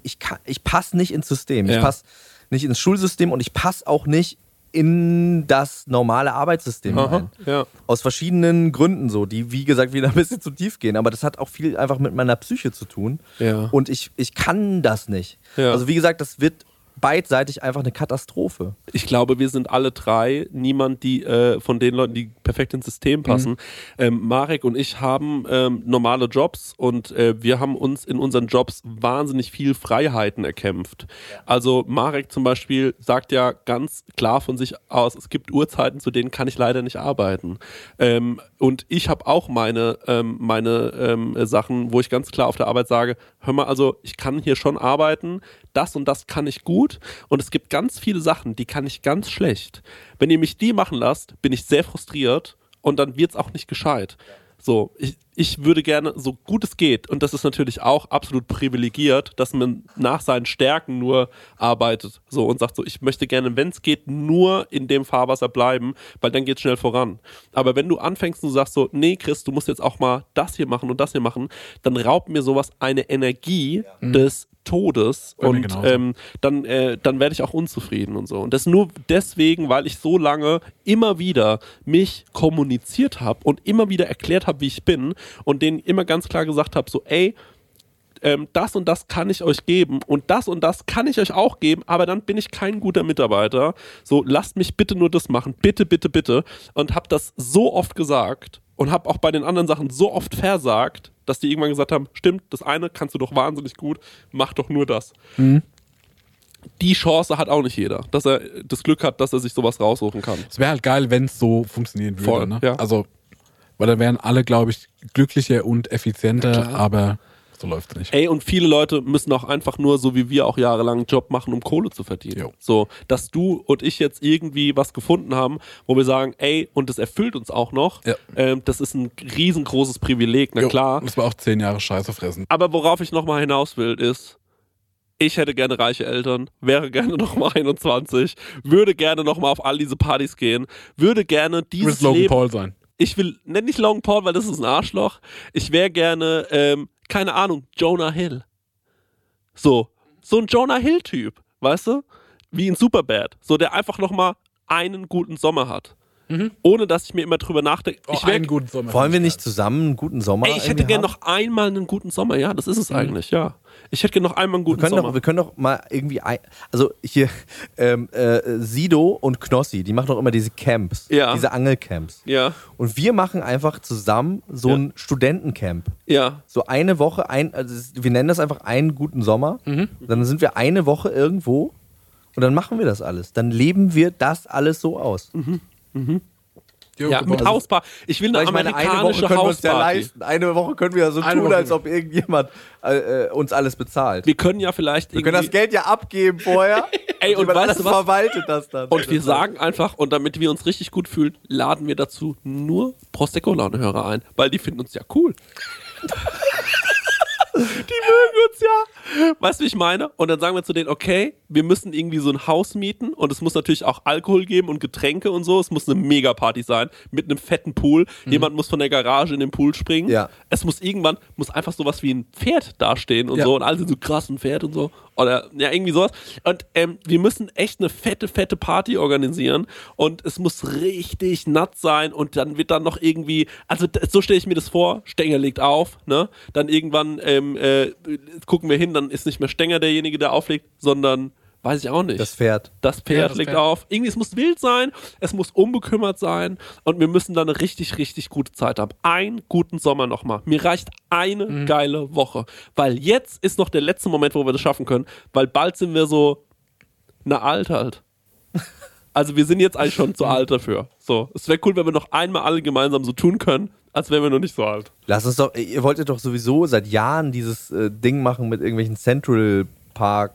ich kann, ich passe nicht ins System. Ich Ja. passe nicht ins Schulsystem und ich passe auch nicht in das normale Arbeitssystem rein. ja. Aus verschiedenen Gründen so, die wie gesagt wieder ein bisschen zu tief gehen, aber das hat auch viel einfach mit meiner Psyche zu tun. Ja. Und ich, ich kann das nicht. Ja. Also wie gesagt, das wird beidseitig einfach eine Katastrophe. Ich glaube, wir sind alle drei niemand, die äh, von den Leuten, die perfekt ins System passen. Ähm, Marek und ich haben ähm, normale Jobs und äh, wir haben uns in unseren Jobs wahnsinnig viel Freiheiten erkämpft. Also Marek zum Beispiel sagt ja ganz klar von sich aus, es gibt Uhrzeiten, zu denen kann ich leider nicht arbeiten. Ähm, und ich habe auch meine, ähm, meine ähm, äh, Sachen, wo ich ganz klar auf der Arbeit sage, hör mal, also ich kann hier schon arbeiten, das und das kann ich gut und es gibt ganz viele Sachen, die kann ich ganz schlecht. Wenn ihr mich die machen lasst, bin ich sehr frustriert und dann wird es auch nicht gescheit. So, ich, ich würde gerne, so gut es geht, und das ist natürlich auch absolut privilegiert, dass man nach seinen Stärken nur arbeitet. So und sagt so, ich möchte gerne, wenn es geht, nur in dem Fahrwasser bleiben, weil dann geht es schnell voran. Aber wenn du anfängst und sagst so, nee, Chris, du musst jetzt auch mal das hier machen und das hier machen, dann raubt mir sowas eine Energie des Todes Mhm. Bei mir und genauso. ähm, dann, äh, dann werde ich auch unzufrieden und so. Und das nur deswegen, weil ich so lange immer wieder mich kommuniziert habe und immer wieder erklärt habe, wie ich bin und denen immer ganz klar gesagt habe, so, ey, ähm, das und das kann ich euch geben und das und das kann ich euch auch geben, aber dann bin ich kein guter Mitarbeiter. So, lasst mich bitte nur das machen, bitte, bitte, bitte. Und habe das so oft gesagt und habe auch bei den anderen Sachen so oft versagt, dass die irgendwann gesagt haben, stimmt, das eine kannst du doch wahnsinnig gut, mach doch nur das. Die Chance hat auch nicht jeder, dass er das Glück hat, dass er sich sowas raussuchen kann. Es wäre halt geil, wenn es so funktionieren würde. Voll, ne? ja. Also, weil dann wären alle, glaube ich, glücklicher und effizienter, aber so läuft es nicht. Ey, und viele Leute müssen auch einfach nur, so wie wir auch jahrelang, einen Job machen, um Kohle zu verdienen. Jo. So, dass du und ich jetzt irgendwie was gefunden haben, wo wir sagen, ey, und das erfüllt uns auch noch, Ja. ähm, das ist ein riesengroßes Privileg, na Jo, klar. Das war auch zehn Jahre Scheiße fressen. Aber worauf ich nochmal hinaus will, ist, ich hätte gerne reiche Eltern, wäre gerne nochmal 21, würde gerne nochmal auf all diese Partys gehen, würde gerne Du dieses willst Logan Leben Paul sein. ich will, nenn nicht Logan Paul, weil das ist ein Arschloch. Ich wäre gerne, ähm, keine Ahnung, Jonah Hill. So, so ein Jonah Hill-Typ, weißt du? Wie in Superbad. So, der einfach nochmal einen guten Sommer hat. Mhm. Ohne dass ich mir immer drüber nachdenke. Oh, ich wär, einen guten Sommer. Wollen wir nicht zusammen einen guten Sommer ey, ich irgendwie hätte gerne haben? noch einmal einen guten Sommer. Ja, das ist es eigentlich, ja. Ich hätte gerne noch einmal einen Mhm. Wir guten können, Sommer. doch, wir können doch mal irgendwie, ein, also hier, ähm, äh, Sido und Knossi, die machen doch immer diese Camps, Ja. diese Angelcamps. ja, Und wir machen einfach zusammen so Ja. ein Studentencamp. ja. So eine Woche, ein, also es- wir nennen das einfach einen guten Sommer. Mhm. Dann sind wir eine Woche irgendwo und dann machen wir das alles. Dann leben wir das alles so aus. Mhm. Ja, mit Hausbar. Ich will eine also Weil ich meine, eine Woche amerikanische können wir uns ja Hausparty. leisten. Eine Woche können wir ja so tun, als ob irgendjemand äh, äh, uns alles bezahlt. Wir können ja vielleicht Wir können das Geld ja abgeben vorher. Ey, und jemand weißt anders du was? verwaltet das dann. Und wir sagen einfach, und damit wir uns richtig gut fühlen, laden wir dazu nur Prosecco-Launehörer ein, weil die finden uns ja cool. mögen uns ja. Weißt du, wie ich meine? Und dann sagen wir zu denen, okay, wir müssen irgendwie so ein Haus mieten und es muss natürlich auch Alkohol geben und Getränke und so. Es muss eine Mega-Party sein mit einem fetten Pool. Jemand muss von der Garage in den Pool springen. Ja. Es muss irgendwann, muss einfach sowas wie ein Pferd dastehen und Ja. so. Und alle sind so krass, ein Pferd und so. Oder ja, irgendwie sowas. Und ähm, wir müssen echt eine fette, fette Party organisieren. Und es muss richtig natt sein. Und dann wird dann noch irgendwie, also d- so stelle ich mir das vor, Stenger legt auf, ne? Dann irgendwann ähm, äh, gucken wir hin, dann ist nicht mehr Stenger derjenige, der auflegt, sondern weiß ich auch nicht. Das Pferd. Das Pferd Ja, das legt Pferd. auf. Irgendwie, es muss wild sein, es muss unbekümmert sein und wir müssen dann eine richtig, richtig gute Zeit haben. Einen guten Sommer nochmal. Mir reicht eine Mhm. geile Woche. Weil jetzt ist noch der letzte Moment, wo wir das schaffen können, weil bald sind wir so na alt halt. Also wir sind jetzt eigentlich schon zu alt dafür. So, es wäre cool, wenn wir noch einmal alle gemeinsam so tun können, als wären wir noch nicht so alt. Lass uns doch, ihr wolltet doch sowieso seit Jahren dieses äh, Ding machen mit irgendwelchen Central Park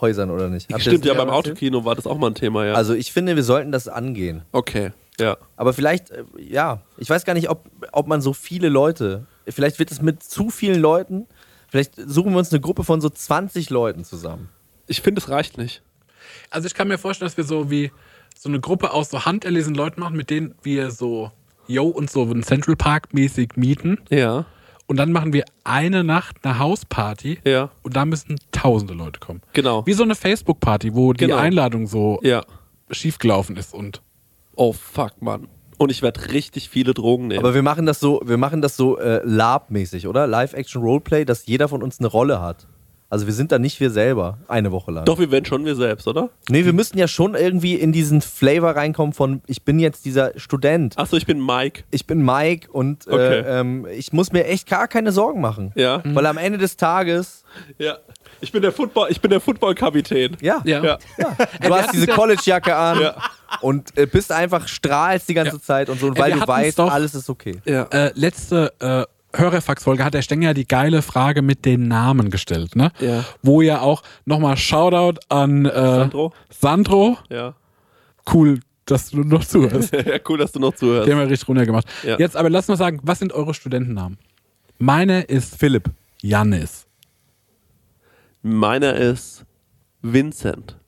Häusern oder nicht? Habt ihr Stimmt, das ja, nicht beim erzählt? Autokino war das auch mal ein Thema, ja. Also ich finde, wir sollten das angehen. okay, ja. Aber vielleicht, äh, ja, ich weiß gar nicht, ob, ob man so viele Leute, vielleicht wird es mit zu vielen Leuten, vielleicht suchen wir uns eine Gruppe von so 20 Leuten zusammen. Ich finde, es reicht nicht. Also ich kann mir vorstellen, dass wir so wie so eine Gruppe aus so handerlesenen Leuten machen, mit denen wir so Yo und so einen Central Park mäßig mieten. Ja, Und dann machen wir eine Nacht eine Hausparty. Ja. Und da müssen tausende Leute kommen. genau. Wie so eine Facebook-Party, wo die Genau. Einladung so Ja. schiefgelaufen ist und Oh fuck, Mann. Und ich werde richtig viele Drogen nehmen. Aber wir machen das so, wir machen das so äh, LARP-mäßig, oder? Live-Action-Roleplay, dass jeder von uns eine Rolle hat. Also wir sind da nicht wir selber, eine Woche lang. Doch, wir werden schon wir selbst, oder? Nee, wir müssten ja schon irgendwie in diesen Flavor reinkommen von, ich bin jetzt dieser Student, Achso, ich bin Mike. ich bin Mike und äh, Ah. Okay. ähm, ich muss mir echt gar keine Sorgen machen. Ja. Weil am Ende des Tages, Ja. Ich bin der Football, ich bin der Football-Kapitän. ja, Ja. Ja. du hast diese College-Jacke an und äh, bist einfach, strahlst die ganze Zeit und so, und Ey, weil wir du hatten's weißt, doch. alles ist okay. äh, letzte äh, Hörerfax-Folge hat der Stenger die geile Frage mit den Namen gestellt, ne? Ja. Wo ja auch nochmal Shoutout an äh, Sandro? Sandro. Ja. Cool, dass du noch zuhörst. ja. Cool, dass du noch zuhörst. Den haben wir richtig runtergemacht. Ja. Jetzt aber lass mal sagen, was sind eure Studentennamen? Meine ist Philipp. Jannis. Meiner ist Vincent.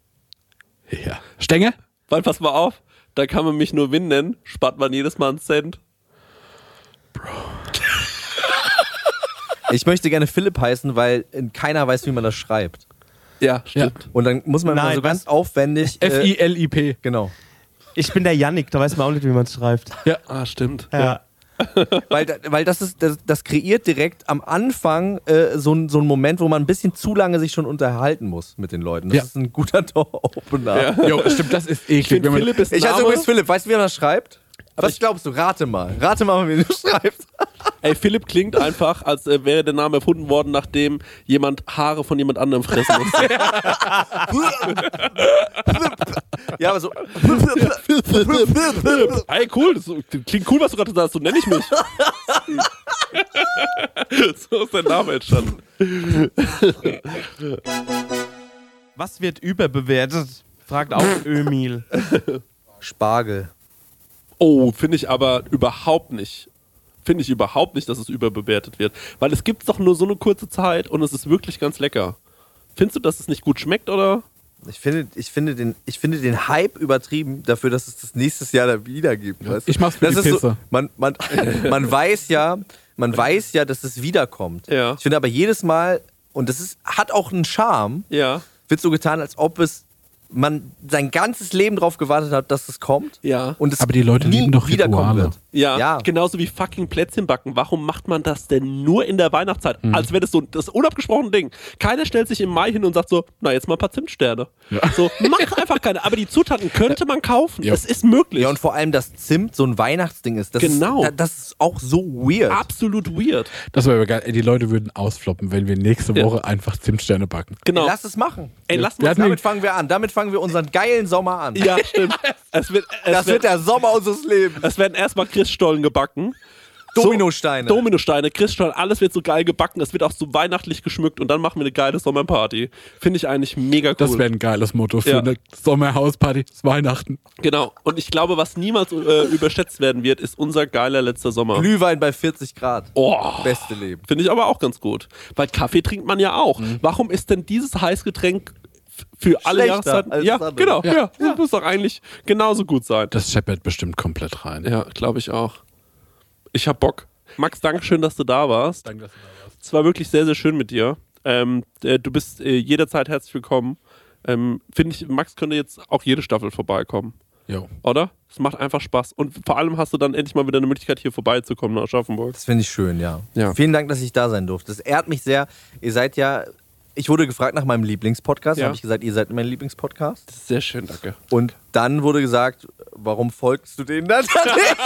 Ja. Stenger? Weil, pass mal auf, da kann man mich nur Win nennen, spart man jedes Mal einen Cent. Ich möchte gerne Philipp heißen, weil äh, keiner weiß, wie man das schreibt. Ja, stimmt. Und dann muss man immer Nein, so ganz aufwendig. Äh, F-I-L-I-P. genau. Ich bin der Yannick, da weiß man auch nicht, wie man es schreibt. Ah, stimmt. Ja. Weil, da- weil das ist, das, das kreiert direkt am Anfang äh, so, ein- so einen Moment, wo man ein bisschen zu lange sich schon unterhalten muss mit den Leuten. Das Ja. ist ein guter Door-Opener. Jo, stimmt, das ist eklig. find, wenn man- Philipp ist Ich heiße Name. übrigens Philipp, weißt du, wie man das schreibt? Was glaubst du? Rate mal. Rate mal, wie du schreibst. Ey, Philipp klingt einfach, als äh, wäre der Name erfunden worden, nachdem jemand Haare von jemand anderem fressen musste. Ja, aber so. Ey, cool. Das klingt cool, was du gerade sagst. So nenne ich mich. so ist der Name entstanden. Was wird überbewertet? Fragt auch Ömil. Spargel. Oh, finde ich aber überhaupt nicht. Finde ich überhaupt nicht, dass es überbewertet wird. Weil es gibt doch nur so eine kurze Zeit und es ist wirklich ganz lecker. Findest du, dass es nicht gut schmeckt oder? Ich finde, ich, finde den, ich finde den Hype übertrieben dafür, dass es das nächstes Jahr dann wieder gibt. Weißt du? Ich mach's für das die ist So, Pisse. man, man, man weiß ja, man weiß ja, dass es wiederkommt. Ja. Ich finde aber jedes Mal, und das ist, hat auch einen Charme, Ja. wird so getan, als ob es man sein ganzes Leben darauf gewartet hat, dass es kommt. Ja. Und es Aber die Leute nie lieben doch wiederkommen Rituale. genau. wird. Ja, Ja. genauso wie fucking Plätzchen backen. Warum macht man das denn nur in der Weihnachtszeit? Mhm. Als wäre das so das unabgesprochene Ding. Keiner stellt sich im Mai hin und sagt so, na jetzt mal ein paar Zimtsterne. So, macht einfach keine. Aber die Zutaten könnte man kaufen. Ja. Es ist möglich. Ja, und vor allem, dass Zimt so ein Weihnachtsding ist. Das Genau. Ist, da- das ist auch so weird. Absolut weird. Das wäre aber geil. Ey, die Leute würden ausfloppen, wenn wir nächste Ja. Woche einfach Zimtsterne backen. Genau. Lass es machen. Ey, lass Wir mal. hatten- Damit fangen wir an. Damit fangen wir unseren geilen Sommer an. Ja, stimmt. Es wird, es Das wird wird, der Sommer unseres Lebens. es werden erstmal Christstollen gebacken. Dominosteine. Dominosteine, Christstollen, alles wird so geil gebacken. Es wird auch so weihnachtlich geschmückt und dann machen wir eine geile Sommerparty. Finde ich eigentlich mega cool. Das wäre ein geiles Motto für Ja. eine Sommerhausparty. Es ist Weihnachten. genau. Und ich glaube, was niemals äh, überschätzt werden wird, ist unser geiler letzter Sommer. Glühwein bei 40 Grad. Oh. Beste Leben. Finde ich aber auch ganz gut. Weil Kaffee trinkt man ja auch. Warum ist denn dieses Heißgetränk f- für alle Mhm. Schlechter Jahreszeiten? als Ja, das andere. genau. Ja. Ja. muss doch eigentlich genauso gut sein. Das scheppert bestimmt komplett rein. Ja, glaube ich auch. Ich hab Bock. Max, danke schön, dass du da warst. Danke, dass du da warst. Es war wirklich sehr, sehr schön mit dir. Ähm, äh, du bist äh, jederzeit herzlich willkommen. Ähm, Finde ich, Max könnte jetzt auch jede Staffel vorbeikommen, Jo. oder? Es macht einfach Spaß. Und vor allem hast du dann endlich mal wieder eine Möglichkeit, hier vorbeizukommen nach Aschaffenburg. Das finde ich schön, ja. Ja. Vielen Dank, dass ich da sein durfte. Das ehrt mich sehr. Ihr seid ja. Ich wurde gefragt nach meinem Lieblingspodcast. Ja. habe ich gesagt, ihr seid mein Lieblingspodcast. Sehr schön, danke. Und dann wurde gesagt, warum folgst du denen dann nicht?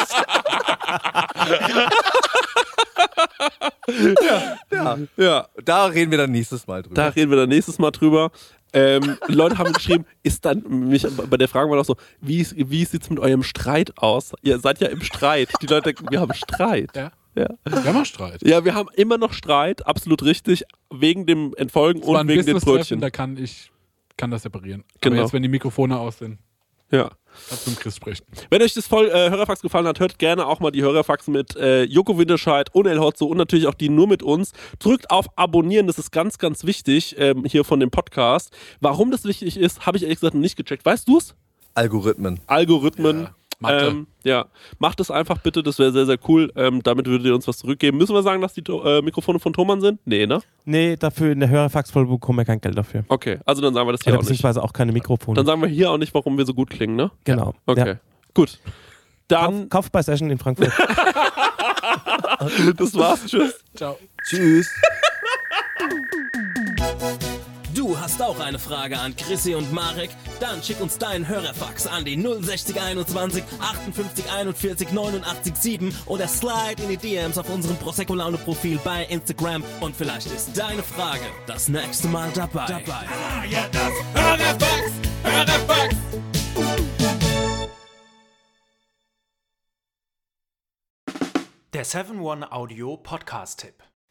Ja, da reden wir dann nächstes Mal drüber. Da reden wir dann nächstes Mal drüber. Ähm, Leute haben geschrieben, ist dann, mich, bei der Frage war noch so, wie, ist- wie sieht es mit eurem Streit aus? Ihr seid ja im Streit. Die Leute denken, wir haben Streit. Ja. Ja. Wir haben auch Streit. ja, wir haben immer noch Streit, absolut richtig, wegen dem Entfolgen Es war und ein wegen den Business-Treffen, Brötchen. Da kann ich kann das separieren. Genau. Aber jetzt, wenn die Mikrofone aus sind, Ja. kannst du mit Chris sprechen. Wenn euch das voll äh, Hörerfax gefallen hat, hört gerne auch mal die Hörerfax mit äh, Joko Winterscheid und El Hotzo und natürlich auch die nur mit uns. Drückt auf Abonnieren, das ist ganz, ganz wichtig ähm, hier von dem Podcast. Warum das wichtig ist, habe ich ehrlich gesagt noch nicht gecheckt. Weißt du es? Algorithmen. Algorithmen. Ja, Mathe. Ähm, ja, macht es einfach bitte, das wäre sehr, sehr cool. Ähm, damit würdet ihr uns was zurückgeben. Müssen wir sagen, dass die To- äh, Mikrofone von Thomann sind? Nee, ne? Nee, dafür in der Hörerfax-Folge bekommen wir kein Geld dafür. Okay, also dann sagen wir das hier Oder auch nicht. beziehungsweise auch keine Mikrofone. Dann sagen wir hier auch nicht, warum wir so gut klingen, ne? genau. Okay, Ja. gut. Kauf, Dann, kauf bei Session in Frankfurt. das war's, tschüss. Ciao. Tschüss. Du hast auch eine Frage an Chrissy und Marek? Dann schick uns deinen Hörerfax an die 06021 58 41 89 7 oder slide in die DMs auf unserem Prosecco Laune Profil bei Instagram und vielleicht ist deine Frage das nächste Mal dabei. dabei. Der 7-One-Audio Podcast-Tipp.